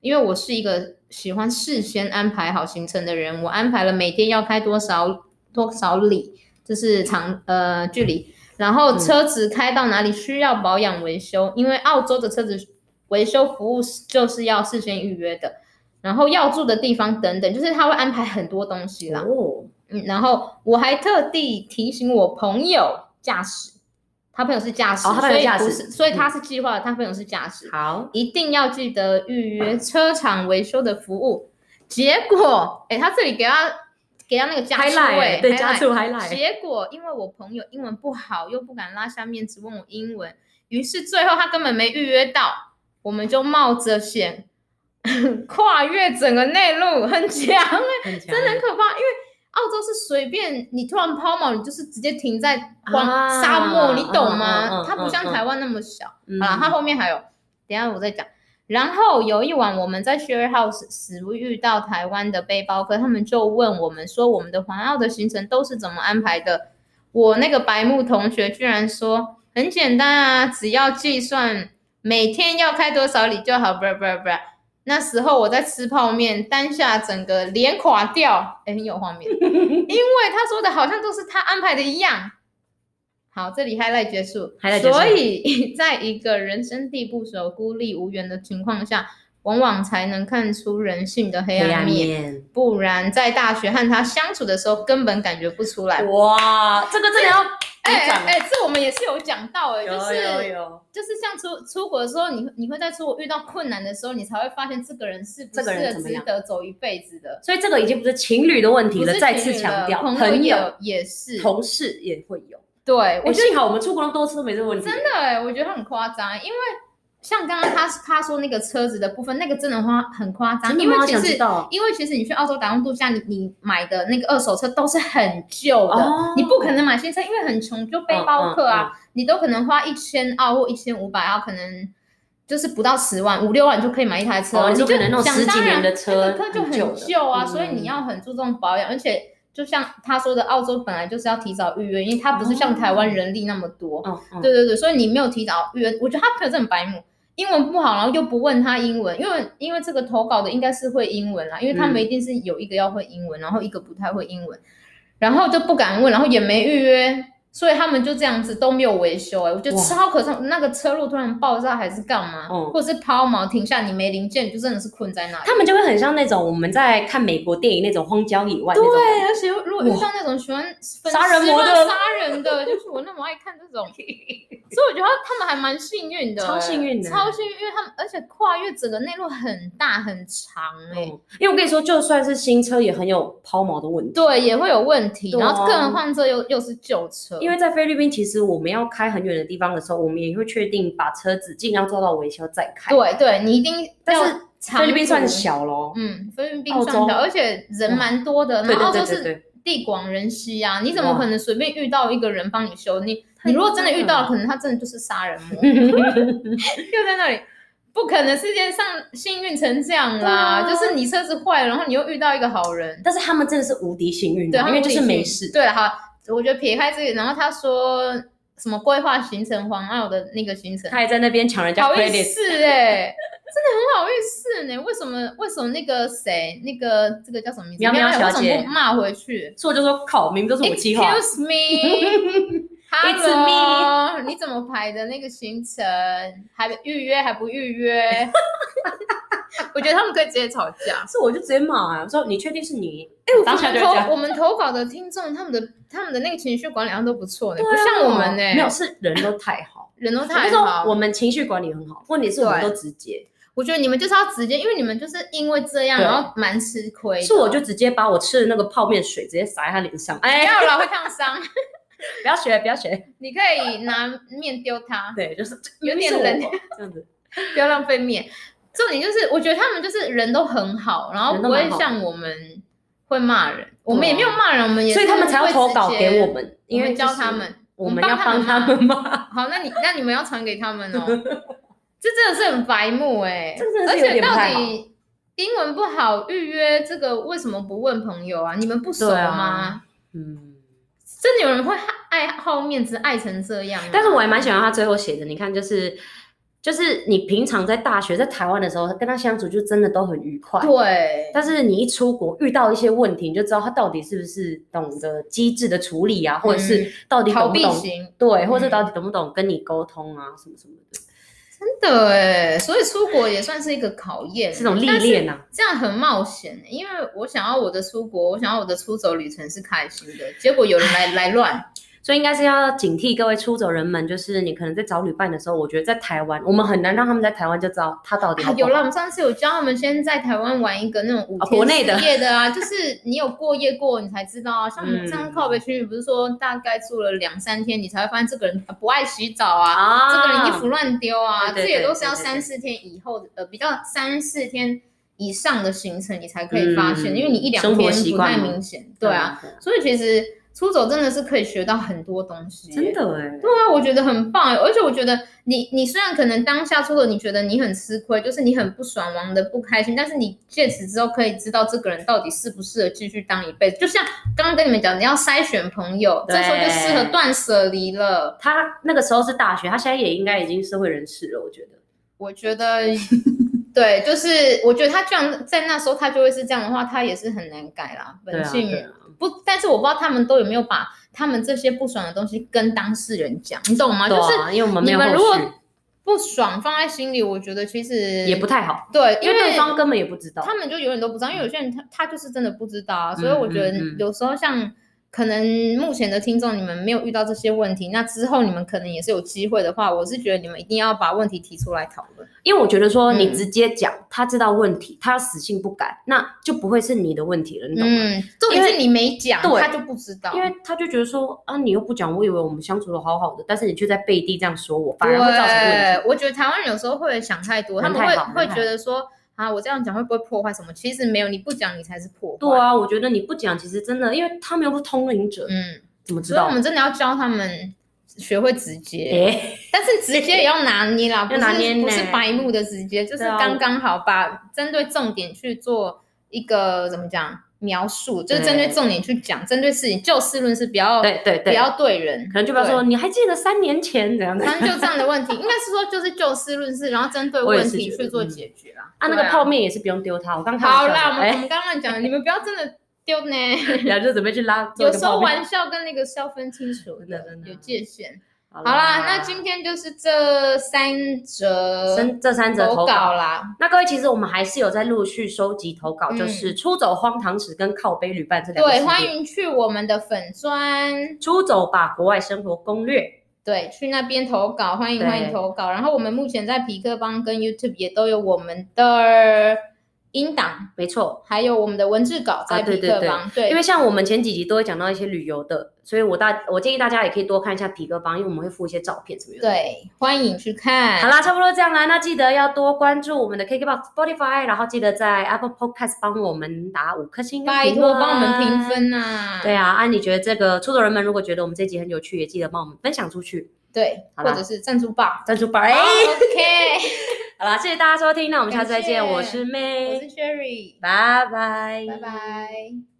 [SPEAKER 1] 因为我是一个喜欢事先安排好行程的人，我安排了每天要开多少多少里，就是长呃距离，然后
[SPEAKER 2] 嗯
[SPEAKER 1] 车子开到哪里需要保养维修，因为澳洲的车子维修服务是就是要事先预约的，然后要住的地方等等，就是他会安排很多东西啦。
[SPEAKER 2] 哦，
[SPEAKER 1] 嗯，然后我还特地提醒我朋友驾驶，他朋友是驾驶，
[SPEAKER 2] 哦他朋友
[SPEAKER 1] 所以
[SPEAKER 2] 驾
[SPEAKER 1] 不
[SPEAKER 2] 驶
[SPEAKER 1] 是，所以他是计划，他朋友是驾驶，
[SPEAKER 2] 好，
[SPEAKER 1] 一定要记得预约车厂维修的服务。结果，哎，他这里给他给他那个加
[SPEAKER 2] 嗨
[SPEAKER 1] 速、
[SPEAKER 2] 赖，
[SPEAKER 1] 欸，
[SPEAKER 2] 对，
[SPEAKER 1] highlight
[SPEAKER 2] 加速嗨赖，
[SPEAKER 1] 结果因为我朋友英文不好，又不敢拉下面子问我英文，于是最后他根本没预约到，我们就冒着险 跨越整个内陆，很强欸真的很
[SPEAKER 2] 真
[SPEAKER 1] 可怕。因为澳洲是随便你突然抛锚，你就是直接停在荒
[SPEAKER 2] 啊
[SPEAKER 1] 沙漠，你懂
[SPEAKER 2] 嗯嗯
[SPEAKER 1] 吗？
[SPEAKER 2] 嗯
[SPEAKER 1] 它不像
[SPEAKER 2] 嗯嗯
[SPEAKER 1] 台湾那么小。
[SPEAKER 2] 的
[SPEAKER 1] 好了，它后面还有，等一下我再讲。然后有一晚我们在 share house 时遇到台湾的背包客，他们就问我们说我们的环澳的行程都是怎么安排的。我那个白木同学居然说很简单啊，只要计算每天要开多少里就好，不不不。那时候我在吃泡面，当下整个脸垮掉，哎，很有画 面，因为他说的好像都是他安排的一样。好，这里 highlight 结束。
[SPEAKER 2] highlight 结束
[SPEAKER 1] 所以，在一个人生地不熟、孤立无援的情况下，往往才能看出人性的黑
[SPEAKER 2] 黑
[SPEAKER 1] 暗
[SPEAKER 2] 暗
[SPEAKER 1] 面。
[SPEAKER 2] 面。
[SPEAKER 1] 不然，在大学和他相处的时候，根本感觉不出来。
[SPEAKER 2] 哇，这个真的要
[SPEAKER 1] 哎
[SPEAKER 2] 鼓哦掌
[SPEAKER 1] 哎，哎，这我们也是有讲到哎、就
[SPEAKER 2] 有
[SPEAKER 1] 是
[SPEAKER 2] 有有，
[SPEAKER 1] 就是像出出国的时候，你你会在出国遇到困难的时候，你才会发现这个人是不
[SPEAKER 2] 这个人
[SPEAKER 1] 是
[SPEAKER 2] 怎么
[SPEAKER 1] 值
[SPEAKER 2] 样
[SPEAKER 1] 得走一辈子的。
[SPEAKER 2] 所以这个已经不是情侣的问题
[SPEAKER 1] 不
[SPEAKER 2] 了，
[SPEAKER 1] 是
[SPEAKER 2] 再
[SPEAKER 1] 情
[SPEAKER 2] 次
[SPEAKER 1] 侣
[SPEAKER 2] 强
[SPEAKER 1] 了
[SPEAKER 2] 调，
[SPEAKER 1] 朋
[SPEAKER 2] 朋
[SPEAKER 1] 友
[SPEAKER 2] 友、
[SPEAKER 1] 也是，
[SPEAKER 2] 同事也会有。
[SPEAKER 1] 对我
[SPEAKER 2] 我
[SPEAKER 1] 觉
[SPEAKER 2] 幸好我们出国那么多次都没这个问题。
[SPEAKER 1] 得真的哎、我觉得很夸张，因为像刚刚他他说那个车子的部分，那个真的花很夸张，
[SPEAKER 2] 真的
[SPEAKER 1] 因为
[SPEAKER 2] 吗我
[SPEAKER 1] 其
[SPEAKER 2] 想知
[SPEAKER 1] 实
[SPEAKER 2] 道
[SPEAKER 1] 因为其实你去澳洲打工度假，你你买的那个二手车都是很旧的，
[SPEAKER 2] 哦
[SPEAKER 1] 你不可能买新车，因为很穷，就背包客
[SPEAKER 2] 嗯
[SPEAKER 1] 啊，你都可能花一千澳或一千五百澳，可能就是不到十万，五六万就可以买一台车，
[SPEAKER 2] 哦
[SPEAKER 1] 你
[SPEAKER 2] 你
[SPEAKER 1] 就
[SPEAKER 2] 说可能那种
[SPEAKER 1] 想
[SPEAKER 2] 十几
[SPEAKER 1] 当然
[SPEAKER 2] 年的车
[SPEAKER 1] 那个车就
[SPEAKER 2] 很旧
[SPEAKER 1] 很
[SPEAKER 2] 了
[SPEAKER 1] 旧啊，
[SPEAKER 2] 嗯
[SPEAKER 1] 所以你要很注重保养，而且。就像他说的，澳洲本来就是要提早预约，因为它不是
[SPEAKER 2] 哦
[SPEAKER 1] 像台湾人力那么多。
[SPEAKER 2] 嗯嗯，
[SPEAKER 1] 哦对对对，所以你没有提早预约，我觉得他朋友真的很白目，英文不好，然后又不问他英文，因为因为这个投稿的应该是会英文啦，因为他们
[SPEAKER 2] 嗯
[SPEAKER 1] 一定是有一个要会英文，然后一个不太会英文，然后就不敢问，然后也没预约，所以他们就这样子都没有维修、欸，我觉得
[SPEAKER 2] 哇
[SPEAKER 1] 超可笑。那个车路突然爆炸还是干嘛，
[SPEAKER 2] 嗯
[SPEAKER 1] 或者是抛锚停下，你没零件，你就真的是困在那里。
[SPEAKER 2] 他们就会很像那种我们在看美国电影那种荒郊野外那种。
[SPEAKER 1] 对，而且如果遇
[SPEAKER 2] 哇
[SPEAKER 1] 到那种喜欢分
[SPEAKER 2] 杀人
[SPEAKER 1] 尸
[SPEAKER 2] 魔的
[SPEAKER 1] 乱杀人的，就是我那么爱看这 种，所以我觉得他们还蛮幸运的欸，
[SPEAKER 2] 超幸运的
[SPEAKER 1] 超幸运，因为他们而且跨越整个内陆很大很长哎、
[SPEAKER 2] 嗯，因为我跟你说，就算是新车也很有抛锚的问题。
[SPEAKER 1] 对，也会有问题，
[SPEAKER 2] 对啊
[SPEAKER 1] 然后更何况这又又是旧车，
[SPEAKER 2] 因为在菲律宾，其实我们要开很远的地方的时候，我们也会确定把车子尽量做到维修再开。，
[SPEAKER 1] 对对，你一定
[SPEAKER 2] 但
[SPEAKER 1] 要
[SPEAKER 2] 是
[SPEAKER 1] 长
[SPEAKER 2] 菲律宾算
[SPEAKER 1] 途，
[SPEAKER 2] 小咯。
[SPEAKER 1] 嗯，菲律宾
[SPEAKER 2] 澳
[SPEAKER 1] 算小，
[SPEAKER 2] 洲嗯
[SPEAKER 1] 而且人蛮多的，
[SPEAKER 2] 对
[SPEAKER 1] 然后
[SPEAKER 2] 对
[SPEAKER 1] 澳洲
[SPEAKER 2] 对对
[SPEAKER 1] 是
[SPEAKER 2] 对，
[SPEAKER 1] 地广人稀啊，你怎么
[SPEAKER 2] 哇
[SPEAKER 1] 可能随便遇到一个人帮你修？你
[SPEAKER 2] 太
[SPEAKER 1] 你如果真的
[SPEAKER 2] 夸张
[SPEAKER 1] 遇到了，
[SPEAKER 2] 了
[SPEAKER 1] 可能他真的就是杀人魔。
[SPEAKER 2] 对
[SPEAKER 1] 又在那里。不可能世界上幸运成这样啦，
[SPEAKER 2] 对啊
[SPEAKER 1] 就是你车子坏了，然后你又遇到一个好人，
[SPEAKER 2] 但是他们真的是无敌幸运
[SPEAKER 1] 对，
[SPEAKER 2] 的，
[SPEAKER 1] 他
[SPEAKER 2] 因为
[SPEAKER 1] 物
[SPEAKER 2] 就
[SPEAKER 1] 理
[SPEAKER 2] 是没
[SPEAKER 1] 性
[SPEAKER 2] 事。
[SPEAKER 1] 对，好，我觉得撇开这个，然后他说什么规划行程黄澳的那个行程，
[SPEAKER 2] 他还在那边抢人家
[SPEAKER 1] 好意
[SPEAKER 2] credit，
[SPEAKER 1] 思哎、真的很好意思呢、为什么？为什么那个谁，那个这个叫什么名字？
[SPEAKER 2] 喵喵小姐
[SPEAKER 1] 为什么不骂回去
[SPEAKER 2] 所以我就说靠，明明都是我计划。
[SPEAKER 1] ？Excuse me，Hello，
[SPEAKER 2] It's
[SPEAKER 1] 你怎么排的那个行程？还预约还不预 约？我觉得他们可以直接吵架。
[SPEAKER 2] 是我就直接骂啊，我说你确定是你？
[SPEAKER 1] 哎、我
[SPEAKER 2] 当下就这
[SPEAKER 1] 们
[SPEAKER 2] 样
[SPEAKER 1] 投我们投稿的听众，他们的他们的那个情绪管理好像都不错呢、
[SPEAKER 2] 对
[SPEAKER 1] 不
[SPEAKER 2] 啊
[SPEAKER 1] 像我们呢、
[SPEAKER 2] 没有是人都太好。
[SPEAKER 1] 人都
[SPEAKER 2] 我 就
[SPEAKER 1] 太好。
[SPEAKER 2] 说我们情绪管理很好，问题是我们
[SPEAKER 1] 对
[SPEAKER 2] 都直接，
[SPEAKER 1] 我觉得你们就是要直接，因为你们就是因为这样，
[SPEAKER 2] 对
[SPEAKER 1] 然后蛮吃亏的。
[SPEAKER 2] 是我就直接把我吃的那个泡面水直接洒在他脸上，
[SPEAKER 1] 不
[SPEAKER 2] 哎，
[SPEAKER 1] 要了，会烫伤。
[SPEAKER 2] 不要学，不要学，
[SPEAKER 1] 你可以拿面丢他，
[SPEAKER 2] 对， 就是
[SPEAKER 1] 有点
[SPEAKER 2] 是我
[SPEAKER 1] 冷
[SPEAKER 2] 这样子，
[SPEAKER 1] 不要浪费面。重点就是，我觉得他们就是人都很好，然后
[SPEAKER 2] 人
[SPEAKER 1] 不
[SPEAKER 2] 都蛮
[SPEAKER 1] 会
[SPEAKER 2] 好啊
[SPEAKER 1] 像我们会骂人。我们也没有骂人，我 们也
[SPEAKER 2] 所以他们才要
[SPEAKER 1] 会
[SPEAKER 2] 投稿
[SPEAKER 1] 直接
[SPEAKER 2] 给我，们，因
[SPEAKER 1] 我
[SPEAKER 2] 为
[SPEAKER 1] 们教
[SPEAKER 2] 就是
[SPEAKER 1] 他们。
[SPEAKER 2] 我
[SPEAKER 1] 我
[SPEAKER 2] 们
[SPEAKER 1] 们
[SPEAKER 2] 要
[SPEAKER 1] 帮他们
[SPEAKER 2] 帮他们骂，
[SPEAKER 1] 好，那你那你们要传给他们哦。这真的是很白目哎、
[SPEAKER 2] 这个真的
[SPEAKER 1] 而
[SPEAKER 2] 是有
[SPEAKER 1] 且
[SPEAKER 2] 点不
[SPEAKER 1] 到
[SPEAKER 2] 太好
[SPEAKER 1] 底英文不好预约这个为什么不问朋友啊？你们不熟
[SPEAKER 2] 对啊
[SPEAKER 1] 吗？
[SPEAKER 2] 嗯。
[SPEAKER 1] 真的有人会爱好面子爱成这样吗？
[SPEAKER 2] 但是我还蛮喜欢他最后写的，你看，就是就是你平常在大学在台湾的时候，跟他相处就真的都很愉快，
[SPEAKER 1] 对，
[SPEAKER 2] 但是你一出国遇到一些问题，你就知道他到底是不是懂得机智的处理啊，或者是到
[SPEAKER 1] 嗯
[SPEAKER 2] 底
[SPEAKER 1] 逃
[SPEAKER 2] 懂不
[SPEAKER 1] 避
[SPEAKER 2] 懂、
[SPEAKER 1] 型
[SPEAKER 2] 对，或
[SPEAKER 1] 嗯
[SPEAKER 2] 者是到底懂不懂跟你沟通啊，什么什么的，
[SPEAKER 1] 真的哎，所以出国也算是一个考验，
[SPEAKER 2] 这种历
[SPEAKER 1] 但是
[SPEAKER 2] 练啊，
[SPEAKER 1] 这样很冒险，欸因为我想要我的出国，我想要我的出走旅程是开心的，结果有人 来来乱，
[SPEAKER 2] 所以应该是要警惕各位出走人们，就是你可能在找旅伴的时候，我觉得在台湾，我们很难让他们在台湾就知道他到底
[SPEAKER 1] 啊
[SPEAKER 2] 好、
[SPEAKER 1] 有啦，我，们上次有教他们先在台湾玩一个那种五
[SPEAKER 2] 啊
[SPEAKER 1] 天
[SPEAKER 2] 国内的
[SPEAKER 1] 四夜的啊，就是你有过夜过，你才知道啊。像我们
[SPEAKER 2] 嗯
[SPEAKER 1] 上次靠北区，不是说大概住了两三天，你才会发现这个人不爱洗澡啊，
[SPEAKER 2] 啊，
[SPEAKER 1] 这个人衣服乱丢啊，这
[SPEAKER 2] 对对
[SPEAKER 1] 也
[SPEAKER 2] 对
[SPEAKER 1] 都是要
[SPEAKER 2] 对对
[SPEAKER 1] 三四天以后的，呃，比较三四天以上的行程你才可以发现，
[SPEAKER 2] 嗯
[SPEAKER 1] 因为你一两
[SPEAKER 2] 生活
[SPEAKER 1] 天
[SPEAKER 2] 习
[SPEAKER 1] 不
[SPEAKER 2] 惯
[SPEAKER 1] 太
[SPEAKER 2] 嘛
[SPEAKER 1] 明显，对啊。，所以其实出走真的是可以学到很多东西，
[SPEAKER 2] 真。的哎、
[SPEAKER 1] 对啊，我觉得很棒耶，而且我觉得你你虽然可能当下出走，你觉得你很吃亏，就是你很不爽，玩的不开心，但是你借此之后可以知道这个人到底适不适合继续当一辈子。就像刚刚跟你们讲，你要筛选朋友，这时候就适合
[SPEAKER 2] 对
[SPEAKER 1] 断舍离了。
[SPEAKER 2] 他那个时候是大学，他现在也应该已经社会人士了，我觉得。
[SPEAKER 1] 我觉得，对，就是我觉得他这样在那时候他就会是这样的话，他也是很难改啦，
[SPEAKER 2] 对
[SPEAKER 1] 本
[SPEAKER 2] 啊，
[SPEAKER 1] 性、
[SPEAKER 2] 对啊
[SPEAKER 1] 不。但是我不知道他们都有没有把他们这些不爽的东西跟当事人讲，你懂吗？
[SPEAKER 2] 对
[SPEAKER 1] 就是
[SPEAKER 2] 啊，因为我们没
[SPEAKER 1] 你
[SPEAKER 2] 有
[SPEAKER 1] 们如
[SPEAKER 2] 后
[SPEAKER 1] 果
[SPEAKER 2] 续，
[SPEAKER 1] 不爽放在心里，我觉得其实
[SPEAKER 2] 也不太好，
[SPEAKER 1] 对，
[SPEAKER 2] 因
[SPEAKER 1] 因
[SPEAKER 2] 为对
[SPEAKER 1] 为
[SPEAKER 2] 方根本也不知道
[SPEAKER 1] 他。们就永远都不知道，因为有些人他他就是真的不知道啊，所以我觉得
[SPEAKER 2] 嗯嗯嗯
[SPEAKER 1] 有时候像。可能目前的听众，你们没有遇到这些问题，那之后你们可能也是有机会的话，我是觉得你们一定要把问题提出来讨论。
[SPEAKER 2] 因为我觉得说你
[SPEAKER 1] 嗯
[SPEAKER 2] 直接讲，他知道问题，他死性不改，那就不会是你的问题了，你懂吗？
[SPEAKER 1] 嗯，重点是你没讲，
[SPEAKER 2] 对
[SPEAKER 1] 他就不知道。
[SPEAKER 2] 因为他就觉得说啊，你又不讲，我以为我们相处的好好的，但是你却在背地这样说我，反而会造成问
[SPEAKER 1] 对
[SPEAKER 2] 题。，
[SPEAKER 1] 我觉得台湾人有时候会想太多，他
[SPEAKER 2] 人
[SPEAKER 1] 们
[SPEAKER 2] 太
[SPEAKER 1] 会
[SPEAKER 2] 好人
[SPEAKER 1] 会
[SPEAKER 2] 太
[SPEAKER 1] 觉得说啊，我这样讲会不会破坏什么？其实没有，你不讲你才是破坏。
[SPEAKER 2] 对，啊，我觉得你不讲，其实真的，因为他们又不是通灵者，
[SPEAKER 1] 嗯，
[SPEAKER 2] 怎么知
[SPEAKER 1] 所以我
[SPEAKER 2] 道？
[SPEAKER 1] 们真的要教他们学会直接，
[SPEAKER 2] 哎，
[SPEAKER 1] 但是直接也要拿捏啦，不
[SPEAKER 2] 要拿捏
[SPEAKER 1] 是
[SPEAKER 2] 呢
[SPEAKER 1] 不是白目的直接，就是
[SPEAKER 2] 对啊
[SPEAKER 1] 刚刚好把针对重点去做一个怎么讲描述，就是针对
[SPEAKER 2] 对
[SPEAKER 1] 重点去讲，针对事情就事论事，不要
[SPEAKER 2] 对对
[SPEAKER 1] 不
[SPEAKER 2] 对，
[SPEAKER 1] 要对人，
[SPEAKER 2] 可能就不要
[SPEAKER 1] 对
[SPEAKER 2] 说你还记得三年前怎样的
[SPEAKER 1] 反正就这样的问题，应该是说就是就事论事，然后针对
[SPEAKER 2] 我也
[SPEAKER 1] 问
[SPEAKER 2] 是
[SPEAKER 1] 题
[SPEAKER 2] 觉得
[SPEAKER 1] 去做
[SPEAKER 2] 嗯
[SPEAKER 1] 解决啦。
[SPEAKER 2] 啊？那
[SPEAKER 1] 对
[SPEAKER 2] 个泡面也是不用丢它，我刚看
[SPEAKER 1] 好
[SPEAKER 2] 了一
[SPEAKER 1] 啦，
[SPEAKER 2] 下
[SPEAKER 1] 我们我
[SPEAKER 2] 哎
[SPEAKER 1] 们刚刚讲了，你们不要真的丢呢。
[SPEAKER 2] 然后就准备去拉。 做
[SPEAKER 1] 有
[SPEAKER 2] 一个
[SPEAKER 1] 时候
[SPEAKER 2] 泡面
[SPEAKER 1] 玩笑跟那个是要分清楚
[SPEAKER 2] 真的
[SPEAKER 1] 的
[SPEAKER 2] 真，的
[SPEAKER 1] 有界限。
[SPEAKER 2] 好
[SPEAKER 1] 好啦，那今天就是这三则
[SPEAKER 2] 三这三则
[SPEAKER 1] 投
[SPEAKER 2] 投稿
[SPEAKER 1] 稿。啦。
[SPEAKER 2] 那各位，其实我们还是有在陆续收集投稿，
[SPEAKER 1] 嗯
[SPEAKER 2] 就是出走荒唐史跟靠背旅伴这两个系
[SPEAKER 1] 对，
[SPEAKER 2] 列
[SPEAKER 1] 欢迎去我们的粉砖，
[SPEAKER 2] 出走吧国外生活攻略。
[SPEAKER 1] 对，去那边投稿，欢迎
[SPEAKER 2] 对
[SPEAKER 1] 欢迎投稿。然后我们目前在皮克邦跟 YouTube 也都有我们的音档，
[SPEAKER 2] 没错，
[SPEAKER 1] 还有我们的文字稿在
[SPEAKER 2] 啊对
[SPEAKER 1] 皮
[SPEAKER 2] 对
[SPEAKER 1] 克
[SPEAKER 2] 对
[SPEAKER 1] 邦。对
[SPEAKER 2] 因为像我们前几集都会讲到一些旅游的，所以我大我建议大家也可以多看一下皮哥帮，因为我们会附一些照片什么的。。
[SPEAKER 1] 对，欢迎去看。
[SPEAKER 2] 好啦，差不多这样啦。那记得要多关注我们的 KKBOX、Spotify，然后记得在 Apple Podcast 帮我们打五颗星，
[SPEAKER 1] 拜托帮我们评。分呐、
[SPEAKER 2] 对啊，啊，你觉得这个出走人们如果觉得我们这集很有趣，也记得帮我们分享出去，
[SPEAKER 1] 对，
[SPEAKER 2] 好
[SPEAKER 1] 或
[SPEAKER 2] 啦
[SPEAKER 1] 者是赞助吧。
[SPEAKER 2] 赞助吧。
[SPEAKER 1] 好
[SPEAKER 2] 哎
[SPEAKER 1] OK，
[SPEAKER 2] 好啦，谢谢大家收听，那我们下次再见，
[SPEAKER 1] 感谢
[SPEAKER 2] 我是
[SPEAKER 1] 我
[SPEAKER 2] May，
[SPEAKER 1] 是 Sherry，
[SPEAKER 2] 拜拜，
[SPEAKER 1] 拜拜。